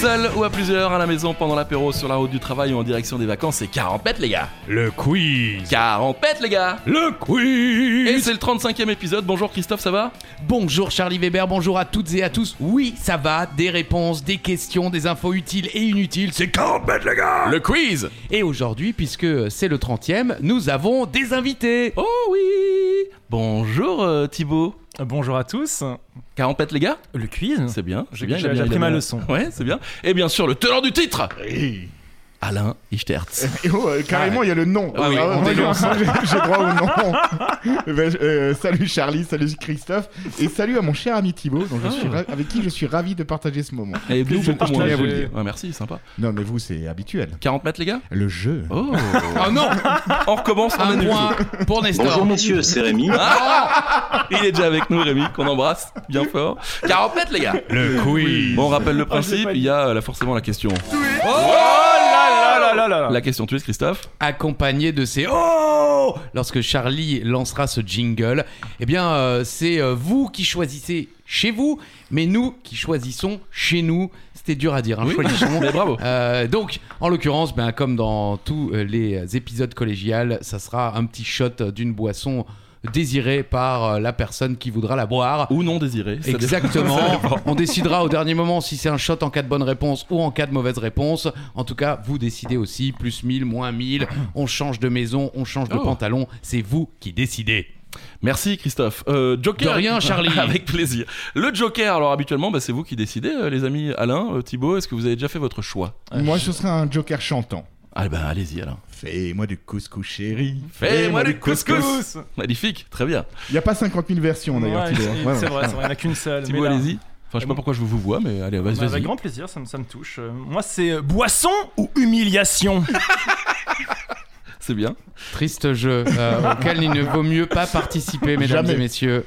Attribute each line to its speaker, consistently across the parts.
Speaker 1: Seul ou à plusieurs à la maison pendant l'apéro, sur la route du travail ou en direction des vacances, c'est 40 mètres, les gars.
Speaker 2: Le quiz.
Speaker 1: 40 mètres, les gars.
Speaker 2: Le
Speaker 1: Et
Speaker 2: quiz.
Speaker 1: c'est le 35e épisode. Bonjour Christophe, ça va
Speaker 3: Bonjour Charlie Weber, bonjour à toutes et à tous. Oui, ça va, des réponses, des questions, des infos utiles et inutiles. C'est
Speaker 2: 40 mètres, les gars.
Speaker 1: Le quiz
Speaker 3: Et aujourd'hui, puisque c'est le 30e, nous avons des invités.
Speaker 1: Oh oui Bonjour euh, Thibaut.
Speaker 4: Bonjour à tous.
Speaker 1: 40 mètres, les gars
Speaker 4: Le quiz
Speaker 1: C'est bien, c'est
Speaker 4: Ah. J'ai-
Speaker 1: bien. il a
Speaker 4: j'ai
Speaker 1: bien, il a
Speaker 4: appris ma
Speaker 1: bien.
Speaker 4: leçon.
Speaker 1: Ouais, c'est bien. Et bien sûr, le tenant du titre Alain Ichtertz.
Speaker 5: Et oh, euh, carrément, il y a le nom.
Speaker 1: Ah oui, on
Speaker 5: ouais,
Speaker 1: dénonce.
Speaker 5: moi, j'ai- J'ai droit au nom. Ben, je- euh, salut Charlie, salut Christophe, et salut à mon cher ami Thibaut, dont je suis
Speaker 1: Ah.
Speaker 5: ra- avec qui je suis ravi de partager ce moment.
Speaker 1: Et nous,
Speaker 5: Je
Speaker 1: beaucoup moins.
Speaker 5: tenais à vous le
Speaker 1: Ouais,
Speaker 5: dire.
Speaker 1: merci, sympa.
Speaker 5: Non, mais vous, c'est habituel.
Speaker 1: 40 mètres, les gars
Speaker 5: Le jeu.
Speaker 1: Oh
Speaker 3: Oh non,
Speaker 1: On recommence, on est
Speaker 3: un
Speaker 1: nul.
Speaker 3: point pour Nestor.
Speaker 6: Bonjour messieurs, c'est Rémi.
Speaker 1: Ah Il est déjà avec nous, Rémi, qu'on embrasse bien fort. 40 mètres, les gars
Speaker 2: Le quiz.
Speaker 1: Bon, on rappelle le
Speaker 4: Ah, je l'ai
Speaker 1: principe,
Speaker 4: pas
Speaker 1: il y a euh, là, forcément la question. Oh
Speaker 4: Ah là là là là.
Speaker 1: La question twist, Christophe.
Speaker 3: Accompagné de ces Oh Lorsque Charlie lancera ce jingle, eh bien, euh, c'est euh, vous qui choisissez chez vous, mais nous qui choisissons chez nous. C'était dur à dire, hein, choisissons.
Speaker 1: mais bravo.
Speaker 3: Euh, donc, en l'occurrence, ben, comme dans tous euh, les épisodes collégiales, ça sera un petit shot d'une boisson désirée par euh, la personne qui voudra la boire.
Speaker 1: Ou non désiré. ça dépend.
Speaker 3: Exactement. On décidera au dernier moment si c'est un shot en cas de bonne réponse ou en cas de mauvaise réponse. En tout cas, vous décidez aussi, plus 1000, moins 1000. On change de maison, on change de
Speaker 1: Oh.
Speaker 3: pantalon. C'est vous qui décidez.
Speaker 1: Merci Christophe. Euh, Joker.
Speaker 3: De rien, Charlie.
Speaker 1: Avec plaisir. Le Joker, alors habituellement, bah, c'est vous qui décidez, euh, les amis. Alain, euh, Thibaut, est-ce que vous avez déjà fait votre choix
Speaker 5: Moi, je serais un joker chantant.
Speaker 1: Ah ben allez-y Alain.
Speaker 5: Fais-moi du couscous, chérie.
Speaker 1: Fais-moi du couscous.
Speaker 4: Eh, Couscous.
Speaker 1: Magnifique, très bien.
Speaker 5: Il n'y a pas 50 000 versions d'ailleurs,
Speaker 4: Ouais,
Speaker 5: Thibaut. hein.
Speaker 4: c'est-
Speaker 5: Ouais,
Speaker 4: C'est
Speaker 5: ouais.
Speaker 4: vrai, c'est vrai, il n'y en a qu'une seule.
Speaker 1: Thibaut,
Speaker 4: mais là-
Speaker 1: allez-y. Enfin, je sais pas pourquoi je vous vois, mais allez, vas-
Speaker 4: Bah,
Speaker 1: vas-y.
Speaker 4: avec grand plaisir, ça me, ça me touche. Euh, Moi, c'est euh, boisson ou humiliation
Speaker 1: C'est bien.
Speaker 3: Triste jeu euh, auquel il ne vaut mieux pas participer, mesdames
Speaker 5: Jamais.
Speaker 3: et messieurs.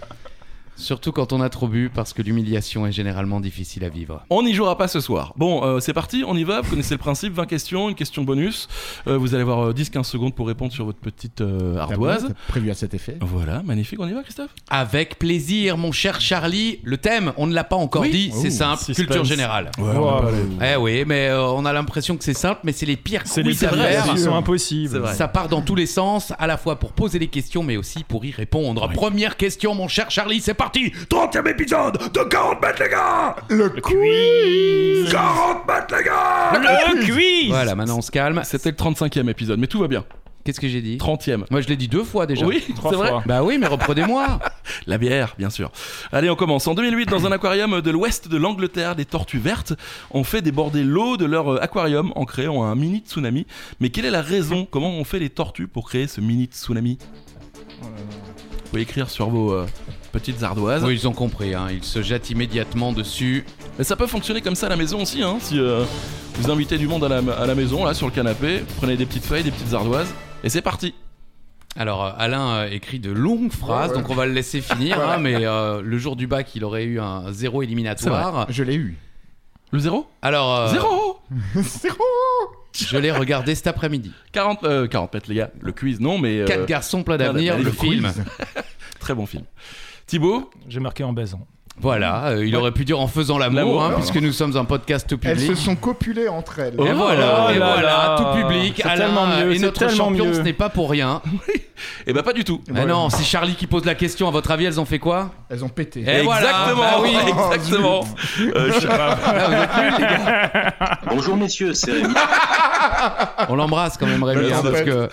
Speaker 3: Surtout quand on a trop bu, parce que l'humiliation est généralement difficile à vivre.
Speaker 1: On n'y jouera pas ce soir. Bon, euh, c'est parti, on y va. Vous connaissez le principe 20 questions, une question bonus. Euh, vous allez avoir euh, 10-15 secondes pour répondre sur votre petite euh,
Speaker 5: T'as
Speaker 1: ardoise.
Speaker 5: pas- t'as prévu à cet effet.
Speaker 1: Voilà, magnifique, on y va Christophe
Speaker 3: Avec plaisir, mon cher Charlie. Le thème, on ne l'a pas encore
Speaker 1: Oui.
Speaker 3: dit, c'est
Speaker 5: Oh,
Speaker 3: simple,
Speaker 4: suspense.
Speaker 3: culture générale.
Speaker 1: Ouais,
Speaker 4: on va pas
Speaker 3: Eh oui, mais euh, on a l'impression que c'est simple, mais c'est les pires
Speaker 4: C'est
Speaker 3: quiz
Speaker 4: les
Speaker 3: à
Speaker 4: pires
Speaker 3: faire.
Speaker 4: qui
Speaker 1: C'est
Speaker 4: sont impossibles.
Speaker 1: vrai.
Speaker 3: Ça part dans tous les sens, à la fois pour poser les questions, mais aussi pour y répondre. Première question, mon cher Charlie, c'est parti
Speaker 2: 30ème épisode de 40 mètres, les gars
Speaker 5: Le quiz
Speaker 2: 40 mètres, les gars
Speaker 4: Le quiz
Speaker 3: Voilà, maintenant on se calme.
Speaker 1: Ah, Bah, C'était le 35e épisode, mais tout va bien.
Speaker 3: Qu'est-ce que j'ai dit
Speaker 1: 30e.
Speaker 3: Moi je l'ai dit deux fois déjà.
Speaker 1: Oui,
Speaker 4: Trois
Speaker 1: c'est vrai. Ah,
Speaker 4: fois.
Speaker 3: Bah oui, mais reprenez-moi
Speaker 1: La bière, bien sûr. Allez, on commence. En 2008, dans un aquarium de l'ouest de l'Angleterre, des tortues vertes ont fait déborder l'eau de leur euh, aquarium en créant un mini tsunami. Mais quelle est la raison Comment ont fait les tortues pour créer ce mini tsunami Vous pouvez écrire sur vos euh, petites ardoises.
Speaker 3: Oui, ils ont compris, hein. ils se jettent immédiatement dessus.
Speaker 1: Mais ça peut fonctionner comme ça à la maison aussi, hein, si euh, vous invitez du monde à la, à la maison, là, sur le canapé, prenez des petites feuilles, des petites ardoises, et c'est parti
Speaker 3: Alors euh, Alain euh, écrit de longues phrases, donc on va le laisser finir, hein, mais euh, le jour du bac, il aurait eu un zéro éliminatoire.
Speaker 5: Je l'ai eu.
Speaker 1: Le zéro
Speaker 3: Alors, euh,
Speaker 1: Zéro
Speaker 5: Zéro
Speaker 3: je l'ai regardé cet après-midi.
Speaker 1: 40, euh, 40 mètres, les gars. Le quiz, non, mais... euh,
Speaker 3: Quatre garçons plein
Speaker 1: merde,
Speaker 3: d'avenir,
Speaker 1: allez,
Speaker 3: le
Speaker 1: le
Speaker 3: film.
Speaker 1: Très bon film. Thibaut
Speaker 4: J'ai marqué en baisant.
Speaker 3: Voilà, euh, il aurait pu dire en faisant l'amour,
Speaker 1: L'amour,
Speaker 3: hein,
Speaker 1: alors.
Speaker 3: puisque nous sommes un podcast tout
Speaker 5: Elles
Speaker 3: public.
Speaker 5: se sont copulées entre elles.
Speaker 3: Et
Speaker 1: Oh
Speaker 3: voilà,
Speaker 1: là
Speaker 3: et
Speaker 1: là
Speaker 3: voilà,
Speaker 4: là.
Speaker 3: tout public.
Speaker 4: C'est
Speaker 3: Alain
Speaker 4: tellement mieux,
Speaker 3: et
Speaker 4: c'est
Speaker 3: notre
Speaker 4: tellement
Speaker 3: champion,
Speaker 4: mieux.
Speaker 3: ce n'est pas pour rien.
Speaker 1: Eh ben, pas du tout.
Speaker 3: Ah
Speaker 5: Ouais.
Speaker 3: non, c'est Charlie qui pose la question. À votre avis, elles ont fait quoi
Speaker 5: Elles ont pété.
Speaker 3: Eh, Et voilà,
Speaker 1: exactement,
Speaker 3: bah oui. Oh, Ah
Speaker 1: exactement. Euh, je-
Speaker 6: Bonjour messieurs, c'est Rémi.
Speaker 3: On l'embrasse quand même, Rémi,
Speaker 5: Mais
Speaker 3: hein,
Speaker 5: en
Speaker 3: parce
Speaker 5: fait-
Speaker 3: que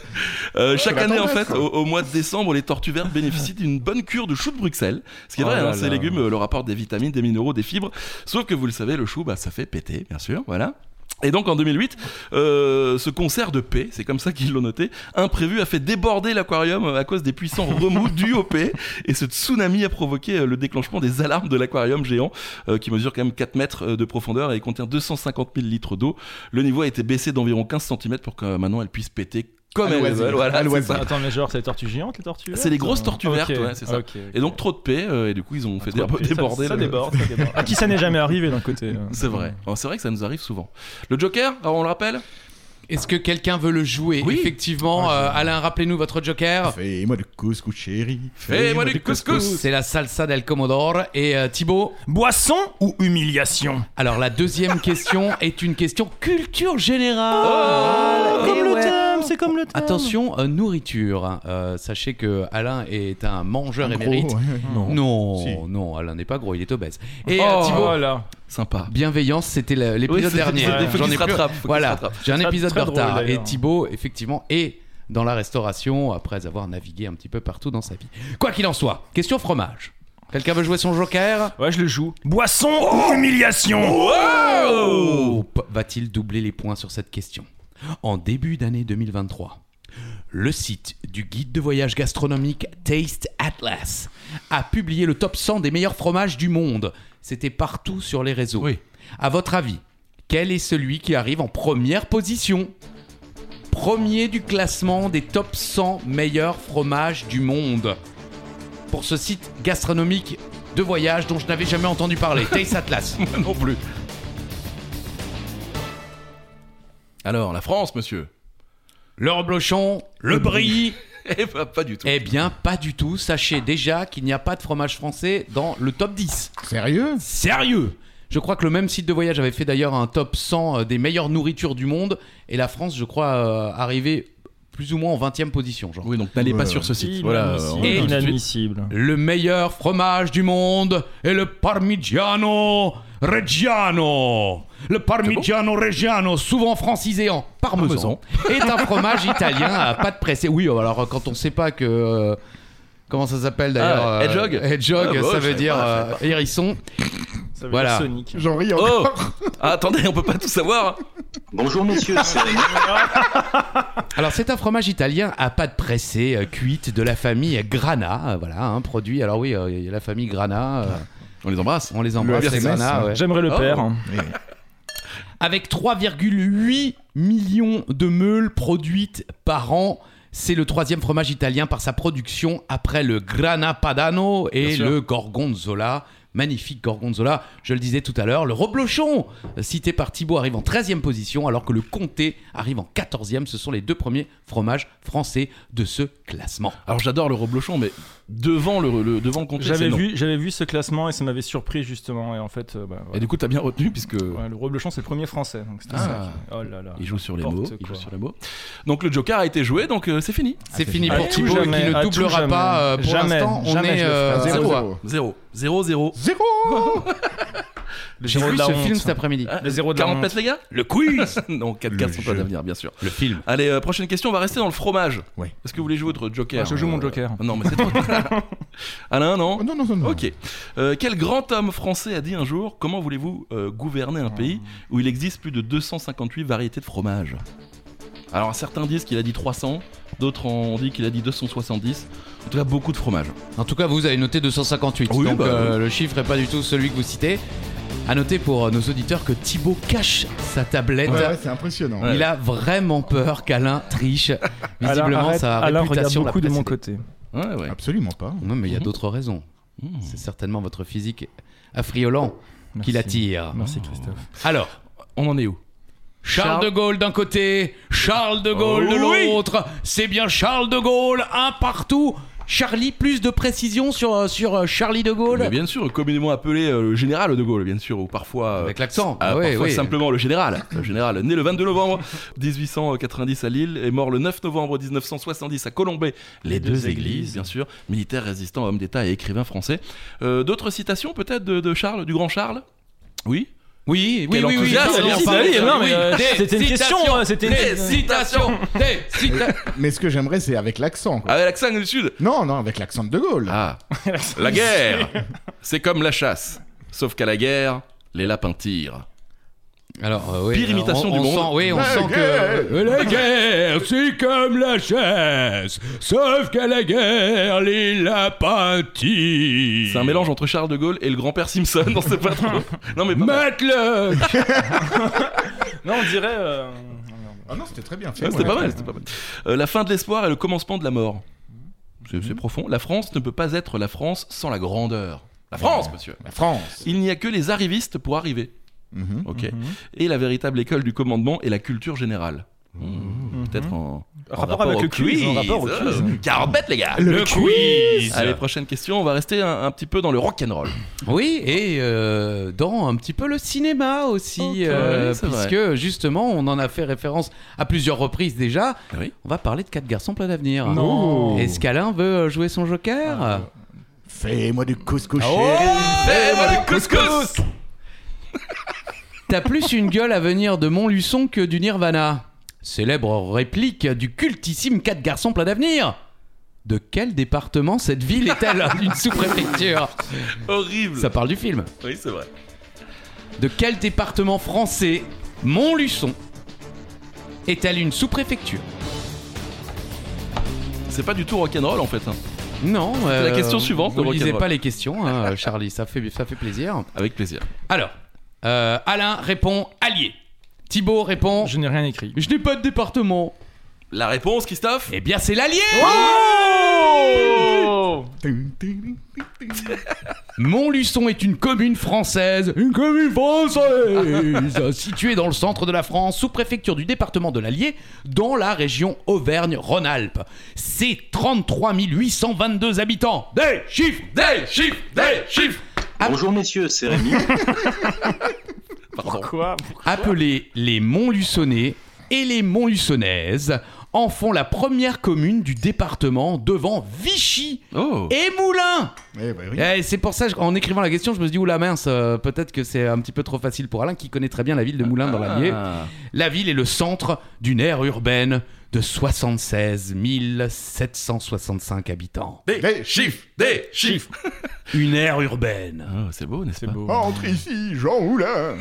Speaker 1: euh, chaque
Speaker 4: bah,
Speaker 5: Attends,
Speaker 1: année, en
Speaker 5: bref.
Speaker 1: fait, au, au mois de décembre, les tortues vertes bénéficient d'une bonne cure de choux de Bruxelles. Ce qui est
Speaker 4: Oh
Speaker 1: vrai,
Speaker 4: là
Speaker 1: hein, ces
Speaker 4: là.
Speaker 1: légumes euh, leur apportent des vitamines, des minéraux, des fibres. Sauf que vous le savez, le chou, bah, ça fait péter, bien sûr, voilà. Et donc en 2008, euh, ce concert de paix, c'est comme ça qu'ils l'ont noté, imprévu a fait déborder l'aquarium euh, à cause des puissants remous dus au paix. Et ce tsunami a provoqué euh, le déclenchement des alarmes de l'aquarium géant, euh, qui mesure quand même 4 mètres euh, de profondeur et contient 250 000 litres d'eau. Le niveau a été baissé d'environ 15 cm pour que euh, maintenant elle puisse péter comme
Speaker 5: À
Speaker 1: elle
Speaker 5: loisir,
Speaker 1: veulent. Voilà,
Speaker 5: à
Speaker 1: c'est
Speaker 5: loisir.
Speaker 1: ça.
Speaker 4: Attends, mais genre, c'est les tortues géantes, les tortues vertes
Speaker 1: C'est les grosses tortues
Speaker 4: Ok,
Speaker 1: vertes, ouais, c'est ça.
Speaker 4: ok, ok.
Speaker 1: Et donc trop de paix, euh, et du coup ils ont fait
Speaker 4: Ah, Trop de-
Speaker 1: déborder.
Speaker 4: ça, ça
Speaker 1: le-
Speaker 4: déborde, ça déborde. À qui ça n'est jamais arrivé d'un côté euh.
Speaker 1: C'est vrai. Alors, C'est vrai que ça nous arrive souvent. Le Joker, alors, on le rappelle
Speaker 3: Est-ce que quelqu'un veut le jouer
Speaker 1: Oui.
Speaker 3: Effectivement, euh, Alain, rappelez-nous votre joker.
Speaker 5: Fais-moi du couscous, chérie.
Speaker 1: Oh. Fais-moi du couscous.
Speaker 3: C'est la salsa del Commodore. Et euh, Thibaut,
Speaker 4: Boisson ou humiliation
Speaker 3: alors la deuxième question est une question culture générale. Eh ouais.
Speaker 4: c'est comme le
Speaker 3: Attention, euh, nourriture. Euh, sachez que Alain est un mangeur
Speaker 5: Gros,
Speaker 3: émérite.
Speaker 5: ouais.
Speaker 3: Non,
Speaker 5: Si.
Speaker 3: non, Alain n'est pas gros, il est obèse. Et euh,
Speaker 4: oh,
Speaker 3: Thibaut,
Speaker 4: voilà.
Speaker 1: Sympa.
Speaker 3: bienveillance, c'était la- l'épisode
Speaker 1: Oui, c'est-
Speaker 3: dernier.
Speaker 1: c'est-
Speaker 4: il faut
Speaker 3: J'en
Speaker 1: qu'il
Speaker 3: ai
Speaker 1: se
Speaker 3: plus-
Speaker 1: rattrape, faut qu'il se
Speaker 3: Voilà,
Speaker 1: rattrape.
Speaker 3: j'ai un
Speaker 4: Très-
Speaker 3: épisode
Speaker 4: très
Speaker 3: de
Speaker 4: drôle,
Speaker 3: retard. Et
Speaker 4: d'ailleurs.
Speaker 3: Thibaut, effectivement, est dans la restauration après avoir navigué un petit peu partout dans sa vie. Quoi qu'il en soit, question fromage. Quelqu'un veut jouer son joker
Speaker 4: Ouais, je le joue. Oh Boisson ou humiliation
Speaker 3: Pope va-t-il doubler les points sur cette question En début d'année 2023, le site du guide de voyage gastronomique Taste Atlas a publié le top 100 des meilleurs fromages du monde. C'était partout sur les réseaux.
Speaker 1: Oui.
Speaker 3: À votre avis, quel est celui qui arrive en première position Premier du classement des top 100 meilleurs fromages du monde. Pour ce site gastronomique de voyage dont je n'avais jamais entendu parler, Taste Atlas.
Speaker 1: non plus. Alors, la France, monsieur
Speaker 3: Le reblochon, le brie.
Speaker 1: Eh ben, pas du tout.
Speaker 3: Eh bien, pas du tout. Sachez déjà qu'il n'y a pas de fromage français dans le top 10.
Speaker 5: Sérieux
Speaker 3: Sérieux Je crois que le même site de voyage avait fait d'ailleurs un top 100 euh, des meilleures nourritures du monde. Et la France, je crois, euh, arrivée plus ou moins en 20 e position. Genre.
Speaker 1: Oui, donc n'allez pas
Speaker 5: Ouais.
Speaker 1: sur ce site. Voilà. on va tout
Speaker 3: Et-
Speaker 1: de suite.
Speaker 4: Inadmissible.
Speaker 3: Le meilleur fromage du monde est le Parmigiano Reggiano. Le Parmigiano Reggiano, souvent francisé en parmesan, est un fromage italien à pâte pressée. Oui, oh, alors quand on ne sait pas que. euh, comment ça s'appelle d'ailleurs
Speaker 1: Ah,
Speaker 3: euh,
Speaker 1: hedgehog
Speaker 3: Hedgehog,
Speaker 1: Ah, bah,
Speaker 3: ça
Speaker 1: je
Speaker 3: veut
Speaker 1: savais
Speaker 3: dire
Speaker 1: pas, je
Speaker 3: euh, hérisson.
Speaker 4: Ça veut
Speaker 3: Voilà.
Speaker 4: dire Sonic.
Speaker 5: J'en ris encore.
Speaker 1: Oh Ah, Attendez, on peut pas tout savoir.
Speaker 6: Bonjour messieurs, c'est Rémi.
Speaker 3: Alors c'est un fromage italien à pâte pressée, euh, cuite de la famille Grana. euh, voilà, un produit. Alors oui, euh, il y a la famille Grana. euh,
Speaker 1: On les embrasse.
Speaker 3: on les embrasse, les
Speaker 5: SMS,
Speaker 3: Grana.
Speaker 5: hein.
Speaker 3: ouais.
Speaker 4: J'aimerais le
Speaker 1: Oh.
Speaker 4: père.
Speaker 3: Avec 3,8 millions de meules produites par an, c'est le troisième fromage italien par sa production après le Grana Padano
Speaker 1: Bien
Speaker 3: et
Speaker 1: sûr.
Speaker 3: le Gorgonzola. Magnifique Gorgonzola, je le disais tout à l'heure. Le Reblochon, cité par Thibaut, arrive en 13e position, alors que le Comté arrive en 14e. Ce sont les deux premiers fromages français de ce classement.
Speaker 4: Ah,
Speaker 1: Alors, j'adore le reblochon, mais devant le, le- devant le comté,
Speaker 4: J'avais
Speaker 1: c'est non.
Speaker 4: vu, j'avais vu ce classement et ça m'avait surpris justement. Et en fait, euh, bah, voilà.
Speaker 1: Et du coup, t'as bien retenu, puisque.
Speaker 4: Ouais, le Roblechon, c'est le premier français. Donc c'était
Speaker 1: Ah.
Speaker 4: ça qui- Oh là là.
Speaker 1: Il joue sur les
Speaker 4: N'importe
Speaker 1: mots.
Speaker 4: quoi.
Speaker 1: Il joue sur les mots. Donc le Joker a été joué, donc euh, c'est fini.
Speaker 3: C'est
Speaker 5: c'est
Speaker 3: fini
Speaker 5: génial.
Speaker 3: pour
Speaker 4: À tout
Speaker 3: Thibaut, qui
Speaker 4: jamais, à
Speaker 3: ne
Speaker 4: tout
Speaker 3: doublera
Speaker 4: jamais.
Speaker 3: pas euh, pour
Speaker 4: Jamais,
Speaker 3: l'instant. On
Speaker 4: jamais
Speaker 3: est
Speaker 4: je le ferai.
Speaker 3: euh,
Speaker 5: Zéro,
Speaker 3: zéro à-
Speaker 5: zéro.
Speaker 1: Zéro. Zéro, zéro.
Speaker 5: Zéro
Speaker 4: Le
Speaker 3: J'ai
Speaker 4: zéro
Speaker 3: vu
Speaker 4: de la
Speaker 3: ce
Speaker 4: honte.
Speaker 3: film cet après-midi.
Speaker 1: Ah,
Speaker 4: Le zéro de la
Speaker 1: 40
Speaker 4: honte.
Speaker 1: mètres, les gars Le quiz Non, 4 cartes sont pas d'avenir, bien sûr.
Speaker 3: Le film.
Speaker 1: Allez, euh, prochaine question, on va rester dans le fromage.
Speaker 5: Ouais.
Speaker 1: Est-ce que vous voulez jouer votre Joker Euh,
Speaker 4: Ouais, Ah, je joue mon Joker.
Speaker 1: Non, mais c'est trop tard. Alain, non
Speaker 5: Oh, Non, non, non, non.
Speaker 1: Ok. Euh, quel grand homme français a dit un jour Comment voulez-vous euh, gouverner un pays où il existe plus de 258 variétés de fromage Alors, certains disent qu'il a dit 300, d'autres ont dit qu'il a dit 270. En tout cas, beaucoup de fromage.
Speaker 3: En tout cas, vous avez noté 258.
Speaker 1: Oui,
Speaker 3: donc
Speaker 1: bah,
Speaker 3: euh, le chiffre n'est pas du tout celui que vous citez. À noter pour euh, nos auditeurs que Thibaut cache sa tablette.
Speaker 5: Ouais, ouais, c'est impressionnant.
Speaker 1: Ouais.
Speaker 3: Il a vraiment peur qu'Alain triche. Visiblement,
Speaker 4: Alain, arrête.
Speaker 3: sa
Speaker 4: Alain regarde
Speaker 3: réputation l'a
Speaker 4: beaucoup de mon
Speaker 3: précédé.
Speaker 4: côté.
Speaker 1: Ouais, ouais.
Speaker 5: Absolument pas.
Speaker 3: Non, mais il y a
Speaker 1: Mhm.
Speaker 3: d'autres raisons.
Speaker 1: Mmh.
Speaker 3: C'est certainement votre physique affriolant qui
Speaker 1: Ah.
Speaker 3: l'attire.
Speaker 4: Merci Christophe.
Speaker 3: Alors,
Speaker 1: On en est où
Speaker 3: Charles de Gaulle d'un côté, Charles de Gaulle de
Speaker 1: Oh oui.
Speaker 3: l'autre. C'est bien Charles de Gaulle, un partout. Charlie, plus de précision sur, euh, sur euh, Charlie de Gaulle
Speaker 1: Mais bien sûr, communément appelé euh, le général de Gaulle, bien sûr, ou parfois. euh,
Speaker 3: Avec l'accent.
Speaker 1: Ah,
Speaker 3: Ah ouais,
Speaker 1: parfois
Speaker 3: oui.
Speaker 1: simplement le général. Le général, né le 22 novembre 1890 à Lille et mort le 9 novembre 1970 à Colombey. Les deux églises, bien sûr. Militaire, résistant, homme d'État et écrivain français. Euh, D'autres citations peut-être de, de Charles, du grand Charles Oui
Speaker 3: Oui, oui,
Speaker 1: Quel
Speaker 3: oui, oui,
Speaker 1: enthousiasme,
Speaker 3: oui,
Speaker 1: allez-y,
Speaker 3: on parle-
Speaker 4: allez-y, non, mais,
Speaker 3: oui,
Speaker 4: euh,
Speaker 3: des
Speaker 4: c'était une question,
Speaker 3: citations,
Speaker 4: euh, c'était une-
Speaker 3: des citations, des citations.
Speaker 5: Mais ce que j'aimerais, c'est avec l'accent. quoi.
Speaker 1: Avec l'accent du Sud
Speaker 5: Non, non, avec l'accent de De Gaulle.
Speaker 1: Ah La guerre C'est comme la chasse. Sauf qu'à la guerre, les lapins tirent.
Speaker 3: Alors, euh, ouais,
Speaker 1: Pire
Speaker 3: alors,
Speaker 1: imitation
Speaker 3: on-
Speaker 1: du
Speaker 3: on
Speaker 1: monde.
Speaker 3: Sent, oui, on
Speaker 5: La
Speaker 3: sent que
Speaker 5: guerre.
Speaker 3: la guerre, c'est comme la chasse, sauf qu'à la guerre, les lapins tirent.
Speaker 1: C'est un mélange entre Charles de Gaulle et le grand-père Simpson, on sait pas trop. Non mais pas mal.
Speaker 3: Matlock
Speaker 4: Non, on dirait. euh,
Speaker 5: Ah non, c'était très bien
Speaker 1: Ouais,
Speaker 5: fait. ouais.
Speaker 1: C'était pas mal, c'était pas mal. Euh, la fin de l'espoir et le commencement de la mort. C'est c'est profond. La France ne peut pas être la France sans la grandeur. La France, monsieur.
Speaker 5: La France.
Speaker 1: Il n'y a que les arrivistes pour arriver.
Speaker 5: Mhm.
Speaker 1: Ok. Et la véritable école du commandement est la culture générale. Mmh. Peut-être en, en
Speaker 4: Rapport avec le quiz, en rapport au quiz.
Speaker 1: Euh, 40 bêtes, les gars.
Speaker 4: Le quiz
Speaker 1: Allez, prochaine question. On va rester un, un petit peu dans le rock'n'roll.
Speaker 3: Oui, et euh, dans un petit peu le cinéma aussi,
Speaker 1: Ok,
Speaker 3: euh,
Speaker 1: c'est vrai.
Speaker 3: puisque justement on en a fait référence à plusieurs reprises déjà.
Speaker 1: Oui.
Speaker 3: On va parler de Quatre garçons plein d'avenir.
Speaker 4: Non.
Speaker 3: Est-ce qu'Alain veut euh, jouer son joker Ah, oh,
Speaker 5: Fais-moi du couscous
Speaker 1: Ah Fais-moi du couscous
Speaker 3: T'as plus une gueule à venir de Montluçon que du Nirvana. Célèbre réplique du cultissime Quatre garçons plein d'avenir. De quel département cette ville est-elle une sous-préfecture
Speaker 1: Horrible.
Speaker 3: Ça parle du film.
Speaker 1: Oui, c'est vrai.
Speaker 3: De quel département français Montluçon est-elle une sous-préfecture
Speaker 1: C'est pas du tout rock'n'roll en fait. hein.
Speaker 3: Non. euh,
Speaker 1: question suivante, le
Speaker 3: Vous lisez
Speaker 1: rock'n'roll.
Speaker 3: pas les questions, hein, Charlie. Ça fait, ça fait plaisir.
Speaker 1: Avec plaisir.
Speaker 3: Alors, euh, Alain répond Allier. Thibaut répond
Speaker 4: Je n'ai rien écrit.
Speaker 3: Je n'ai pas de département.
Speaker 1: La réponse, Christophe Oh
Speaker 3: Eh bien, c'est l'Allier Montluçon est une commune française, une commune française, située dans le centre de la France, sous-préfecture du département de l'Allier, dans la région Auvergne-Rhône-Alpes. C'est 33 822 habitants. Des chiffres, des chiffres, des chiffres.
Speaker 6: Bonjour messieurs, c'est Rémi.
Speaker 1: Pardon.
Speaker 4: Quoi
Speaker 3: Appelés les Montluçonnais et les Montluçonnaises, en font la première commune du département devant Vichy
Speaker 1: Oh
Speaker 3: et Moulins.
Speaker 5: Eh bah oui.
Speaker 3: Eh, c'est pour ça, je- en écrivant la question, je me suis dit, oula mince, euh, peut-être que c'est un petit peu trop facile pour Alain qui connaît très bien la ville de Moulins dans l'Allier.
Speaker 1: Ah.
Speaker 3: La ville est le centre d'une aire urbaine de 76 765 habitants.
Speaker 5: Des
Speaker 1: chiffres Des chiffres
Speaker 3: Une aire urbaine.
Speaker 1: Oh, C'est beau, n'est-ce pas
Speaker 5: Entre ici, Jean Moulin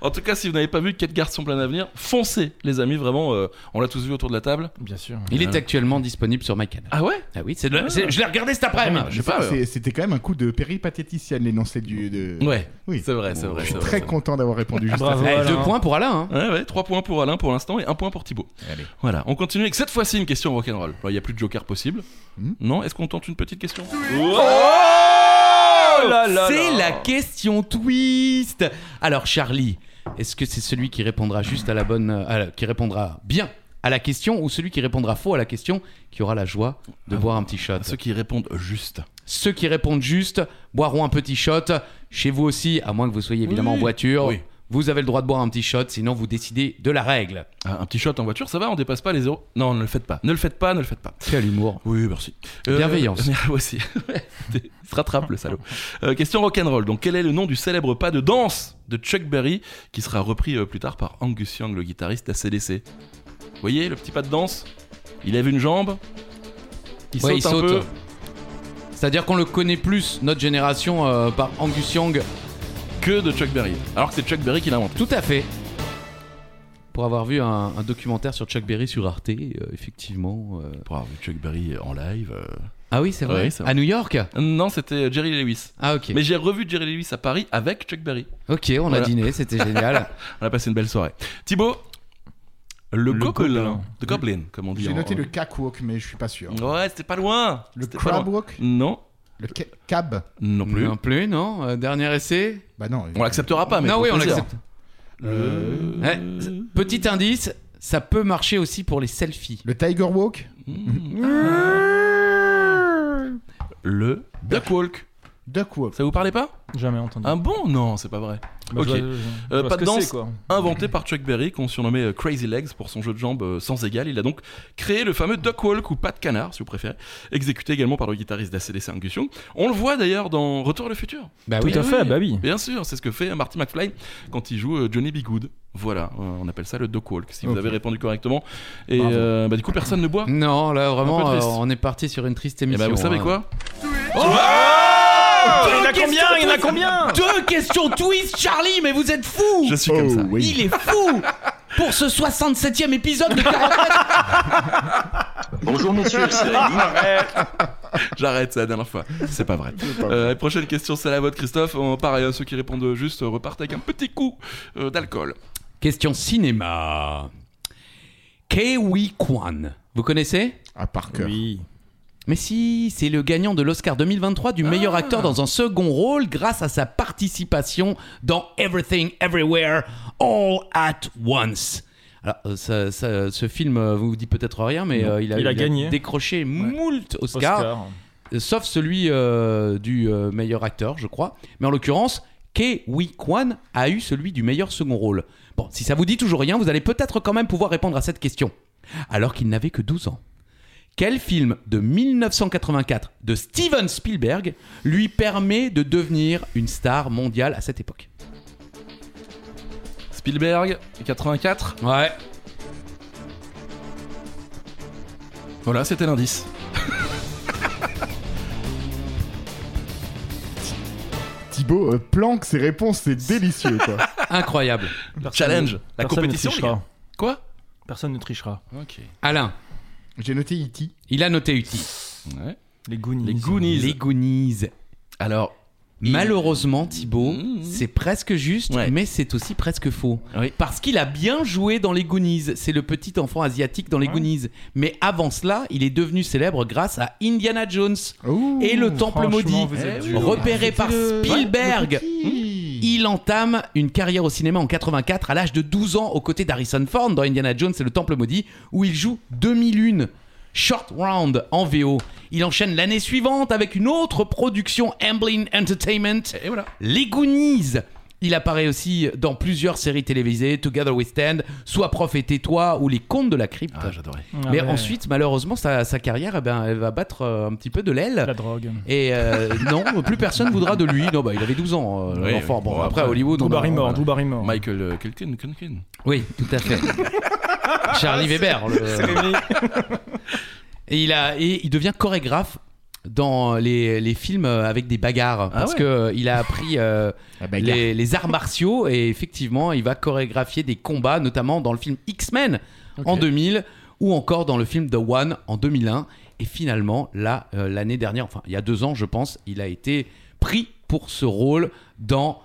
Speaker 1: En tout cas, si vous n'avez pas vu 4 garçons plein d'avenir, foncez, les amis, vraiment. euh, on l'a tous vu autour de la table.
Speaker 4: Bien sûr.
Speaker 3: Il est actuellement disponible sur MyCanal.
Speaker 1: Ah ouais
Speaker 3: Ah oui, c'est de la- c'est- je l'ai regardé cet après-mini.
Speaker 1: Ah, Je sais pas.
Speaker 5: C'est- C'était quand même un coup de péripatéticienne, l'énoncé du. De...
Speaker 1: Ouais,
Speaker 5: Oui.
Speaker 1: c'est vrai, c'est vrai.
Speaker 5: Je suis
Speaker 1: c'est
Speaker 5: très
Speaker 1: vrai. Ah,
Speaker 5: content d'avoir répondu juste à
Speaker 4: Bravo.
Speaker 5: ça.
Speaker 3: Eh,
Speaker 4: Voilà.
Speaker 3: Deux points pour Alain. hein.
Speaker 1: Ouais, ouais, 3 points pour Alain pour l'instant et 1 point pour Thibaut.
Speaker 5: Allez.
Speaker 1: Voilà, on continue avec cette fois-ci une question rock'n'roll. Alors, Il n'y a plus de joker possible.
Speaker 5: Hmm.
Speaker 1: Non Est-ce qu'on tente une petite question Oh
Speaker 4: Oh
Speaker 3: C'est la question twist. Alors Charlie, est-ce que c'est celui qui répondra juste à la bonne, euh, à la- qui répondra bien à la question ou celui qui répondra faux à la question qui aura la joie de boire un petit shot
Speaker 1: Ah. Ceux qui répondent juste.
Speaker 3: Ceux qui répondent juste boiront un petit shot. Chez vous aussi, à moins que vous soyez évidemment
Speaker 1: Oui.
Speaker 3: en voiture,
Speaker 1: Oui.
Speaker 3: vous avez le droit de boire un petit shot, sinon vous décidez de la règle.
Speaker 1: Ah, un petit shot en voiture, ça va, on dépasse pas les zéros. Non, ne le faites pas, ne le faites pas, ne le faites pas.
Speaker 3: Quel humour
Speaker 1: Oui, merci.
Speaker 3: Bienveillance.
Speaker 1: mais- aussi. Il se rattrape, le salaud. Euh, question rock'n'roll. Donc, quel est le nom du célèbre pas de danse de Chuck Berry qui sera repris euh, plus tard par Angus Young, le guitariste à CDC Vous voyez, le petit pas de danse Il lève une jambe Il
Speaker 3: Ouais,
Speaker 1: saute un peu
Speaker 3: C'est-à-dire qu'on le connaît plus, notre génération, euh, par Angus Young
Speaker 1: que de Chuck Berry. Alors que c'est Chuck Berry qui l'a inventé.
Speaker 3: Tout à fait. Pour avoir vu un, un documentaire sur Chuck Berry sur Arte, euh, effectivement. euh.
Speaker 1: Pour avoir vu Chuck Berry en live. euh.
Speaker 3: Ah oui, c'est vrai.
Speaker 1: Oui, c'est vrai.
Speaker 3: à New York
Speaker 1: Non, c'était euh, Jerry Lewis.
Speaker 3: Ah ok.
Speaker 1: Mais j'ai revu Jerry Lewis à Paris avec Chuck Berry.
Speaker 3: Ok, on
Speaker 1: Voilà.
Speaker 3: a dîné, c'était génial.
Speaker 1: On a passé une belle soirée. Thibaut, le,
Speaker 4: Le
Speaker 1: gobelin.
Speaker 4: gobelin.
Speaker 1: Le goblin, comme on dit.
Speaker 5: J'ai
Speaker 1: en-
Speaker 5: noté le cacwalk, mais je suis pas sûr.
Speaker 1: Ouais, c'était pas loin.
Speaker 5: Le
Speaker 1: C'était pas loin.
Speaker 5: crab walk
Speaker 1: Non,
Speaker 5: Le ca- cab
Speaker 1: non plus.
Speaker 3: Non plus, non Euh, Dernier essai
Speaker 5: Bah non.
Speaker 1: On l'acceptera pas, mais.
Speaker 3: Non,
Speaker 1: pour
Speaker 3: oui, on
Speaker 1: plaisir.
Speaker 3: l'accepte.
Speaker 1: Euh,
Speaker 3: Ouais, Petit indice, ça peut marcher aussi pour les selfies.
Speaker 5: euh, Le tiger walk
Speaker 1: Le duckwalk.
Speaker 5: Duck walk.
Speaker 1: Ça vous parlait pas
Speaker 4: Jamais entendu.
Speaker 1: Un bon Non, c'est pas vrai.
Speaker 4: Bah, je
Speaker 1: Ah, ok.
Speaker 4: vois- je- je
Speaker 1: Euh,
Speaker 4: vois
Speaker 1: pas
Speaker 4: ce
Speaker 1: de
Speaker 4: que
Speaker 1: danse.
Speaker 4: c'est, quoi.
Speaker 1: Inventé par Chuck Berry, qu'on surnommait euh, Crazy Legs pour son jeu de jambes euh, sans égal, il a donc créé le fameux duckwalk ou pas de canard, si vous préférez, exécuté également par le guitariste d'ACDC Angus Young. On le voit d'ailleurs dans Retour à le futur.
Speaker 3: Bah
Speaker 4: Tout
Speaker 3: oui.
Speaker 4: à fait, bah oui.
Speaker 1: Bien sûr, c'est ce que fait Marty McFly quand il joue euh, Johnny B. Good. Voilà, euh, on appelle ça le duckwalk, si vous
Speaker 5: Ok.
Speaker 1: avez répondu correctement. Et
Speaker 5: Bravo.
Speaker 1: euh, bah, du coup, personne ne boit.
Speaker 3: Non, là
Speaker 1: Un
Speaker 3: vraiment,
Speaker 1: peu
Speaker 3: euh,
Speaker 1: triste.
Speaker 3: on est parti sur une triste
Speaker 1: Et
Speaker 3: émission.
Speaker 1: bah, vous savez
Speaker 3: hein.
Speaker 1: quoi
Speaker 4: Oh, il y en a combien Il y en a combien
Speaker 3: Deux questions twist, Charlie, mais vous êtes fou
Speaker 1: Je suis comme ça.
Speaker 5: Oh,
Speaker 3: Il est fou Pour ce 67e épisode de 40
Speaker 6: Bonjour messieurs, c'est Rémi.
Speaker 1: J'arrête, c'est la dernière fois. C'est pas vrai. Euh, prochaine question, c'est la vôtre, Christophe. On pareil, euh, ceux qui répondent juste euh, repartent avec un petit coup euh, d'alcool.
Speaker 3: Question cinéma. Kei Kwan. Vous connaissez
Speaker 5: À par cœur.
Speaker 4: Oui.
Speaker 3: Mais si, c'est le gagnant de l'Oscar 2023 du meilleur acteur dans un second rôle grâce à sa participation dans Everything Everywhere All at Once. Alors, euh, ça- ça- ce film euh, vous dit peut-être rien, mais euh, il, a,
Speaker 4: Il a gagné.
Speaker 3: décroché moult Oscars,
Speaker 4: Oscar.
Speaker 3: euh, sauf celui euh, du euh, meilleur acteur, je crois. Mais en l'occurrence, Kei-Wee Kwan a eu celui du meilleur second rôle. Bon, si ça vous dit toujours rien, vous allez peut-être quand même pouvoir répondre à cette question. Alors qu'il n'avait que 12 ans. Quel film de 1984 de Steven Spielberg lui permet de devenir une star mondiale à cette époque
Speaker 1: Spielberg, 84.
Speaker 3: Ouais.
Speaker 1: Voilà, c'était l'indice.
Speaker 5: Thibaut euh, planque ses réponses, c'est délicieux quoi.
Speaker 3: Incroyable.
Speaker 4: Personne-
Speaker 1: Challenge. La
Speaker 4: personne ne
Speaker 1: compétition, les
Speaker 4: trichera.
Speaker 1: Quoi
Speaker 4: Personne ne trichera.
Speaker 1: Ok.
Speaker 3: Alain,
Speaker 5: J'ai noté E E.T.
Speaker 3: il a noté utile.
Speaker 1: Ouais.
Speaker 4: Les Goonies.
Speaker 1: Les Goonies.
Speaker 3: Les Goonies.
Speaker 1: Alors,
Speaker 3: Malheureusement, Thibaut,
Speaker 1: Mmh.
Speaker 3: c'est presque juste,
Speaker 1: Ouais.
Speaker 3: mais c'est aussi presque faux.
Speaker 1: Oui.
Speaker 3: Parce qu'il a bien joué dans les Goonies. C'est le petit enfant asiatique dans les
Speaker 1: Mmh.
Speaker 3: Goonies. Mais avant cela, il est devenu célèbre grâce à Indiana Jones
Speaker 5: Ouh,
Speaker 3: et le Temple
Speaker 4: franchement,
Speaker 3: Maudit.
Speaker 4: vous êtes
Speaker 3: Eh
Speaker 4: dur.
Speaker 3: oui. Repéré par Spielberg.
Speaker 1: Mm.
Speaker 5: Hmm.
Speaker 3: Il entame une carrière au cinéma en 84 à l'âge de 12 ans aux côtés d'Harrison Ford dans Indiana Jones et le Temple Maudit où il joue 2001 Short Round en VO. Il enchaîne l'année suivante avec une autre production Amblin Entertainment,
Speaker 1: et voilà.
Speaker 3: Les Goonies. Il apparaît aussi dans plusieurs séries télévisées, Together We Stand, Sois prof et tais-toi ou Les Contes de la Crypte.
Speaker 1: Ah, j'adorais.
Speaker 4: Ah
Speaker 3: Mais
Speaker 4: ouais,
Speaker 3: ensuite, malheureusement, sa, sa carrière, eh ben, elle va battre euh, un petit peu de l'aile.
Speaker 4: La drogue.
Speaker 3: Et euh, non, plus personne voudra de lui. Non, bah, il avait 12 ans, euh,
Speaker 1: Oui,
Speaker 3: l'enfant.
Speaker 1: oui.
Speaker 3: Bon,
Speaker 1: Bon,
Speaker 3: après,
Speaker 1: après,
Speaker 3: Hollywood,
Speaker 4: Drew
Speaker 3: on a-
Speaker 4: Barrymore,
Speaker 3: voilà.
Speaker 4: Drew Barrymore.
Speaker 1: Michael euh, Culkin, Culkin.
Speaker 3: Oui, tout à fait. Charlie Weber. le-
Speaker 4: Rémi.
Speaker 3: Et il, a, et il devient chorégraphe dans les, les films avec des bagarres.
Speaker 1: Ah
Speaker 3: parce
Speaker 1: ouais.
Speaker 3: que euh, il a appris euh,
Speaker 5: La bagarre.
Speaker 3: les, les arts martiaux et effectivement, il va chorégraphier des combats, notamment dans le film X-Men en 2000 ou encore dans le film The One en 2001. Et finalement, là, euh, l'année dernière, enfin, il y a deux ans, je pense, il a été pris pour ce rôle dans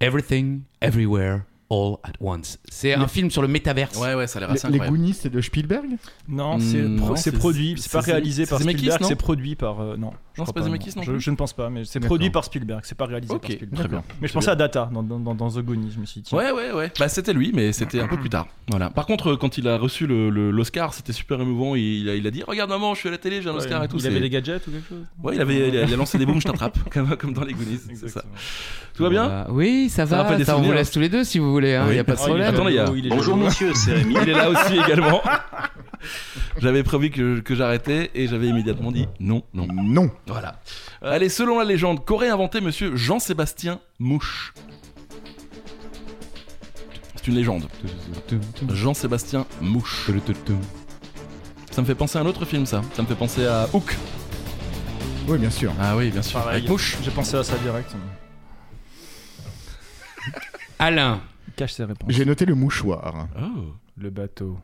Speaker 3: Everything, Everywhere, All at Once. C'est un film sur le métaverse.
Speaker 1: Ouais, ouais, ça a l'air assez
Speaker 5: Les, les
Speaker 1: incroyable.
Speaker 5: Goonies, c'est de Spielberg
Speaker 4: Non, c'est
Speaker 1: Non,
Speaker 4: pro- c'est
Speaker 1: c'est-
Speaker 4: produit, c'est
Speaker 1: c'est-
Speaker 4: pas
Speaker 1: c'est-
Speaker 4: réalisé
Speaker 1: c'est
Speaker 4: par
Speaker 1: Zemeckis,
Speaker 4: Spielberg,
Speaker 1: non
Speaker 4: c'est produit par euh, non. je
Speaker 1: Non, c'est
Speaker 4: crois
Speaker 1: pas Zemeckis non
Speaker 4: je,
Speaker 1: plus.
Speaker 4: je ne pense pas, mais c'est
Speaker 5: D'accord.
Speaker 4: produit par Spielberg, c'est pas réalisé
Speaker 1: Ok,
Speaker 4: par Spielberg.
Speaker 1: très bien.
Speaker 4: Mais je pensais à Data dans, dans, dans- dans The Goonies, je me suis dit. tiens.
Speaker 1: Ouais, ouais, ouais. Bah, c'était lui, mais c'était un peu plus tard. Voilà. Par contre, euh, quand il a reçu le- le- l'Oscar, c'était super émouvant. Il, il a, il a dit Regarde, maman, je suis à la télé, j'ai un Oscar et tout.
Speaker 4: Il
Speaker 1: C'est-
Speaker 4: avait des gadgets ou quelque chose
Speaker 1: Ouais, il, avait, il a- il a lancé des booms, je t'attrape, comme, comme dans les Goonies. C'est ça.
Speaker 4: Exactement.
Speaker 1: Tout va bien
Speaker 3: Voilà. Oui,
Speaker 1: Ça
Speaker 3: ça va.
Speaker 1: rappelle des
Speaker 3: ça, on vous
Speaker 1: souvenirs.
Speaker 3: laisse tous les deux si vous voulez. hein, Il
Speaker 1: Oui.
Speaker 3: n'y a pas de
Speaker 1: Ah,
Speaker 4: Oh, il est
Speaker 3: problème.
Speaker 1: Attends, les gars.
Speaker 4: jaloux, il est
Speaker 6: Bonjour
Speaker 4: jaloux.
Speaker 6: messieurs, c'est Rémi.
Speaker 1: Il est là aussi également. J'avais prévu que, que j'arrêtais et j'avais immédiatement dit non, non.
Speaker 5: Non.
Speaker 1: Voilà. Euh, Allez, selon la légende, qu'aurait inventé monsieur Jean-Sébastien Mouche C'est une légende. Jean-Sébastien Mouche. Ça me fait penser à un autre film, ça. Ça me fait penser à Hook.
Speaker 5: Oui, bien sûr.
Speaker 1: Ah oui, bien sûr.
Speaker 4: Pareil.
Speaker 1: Avec Mouche.
Speaker 4: J'ai pensé à ça direct.
Speaker 3: Alain,
Speaker 4: Il Cache ses réponses.
Speaker 5: J'ai noté le mouchoir.
Speaker 1: Oh.
Speaker 4: Le bateau.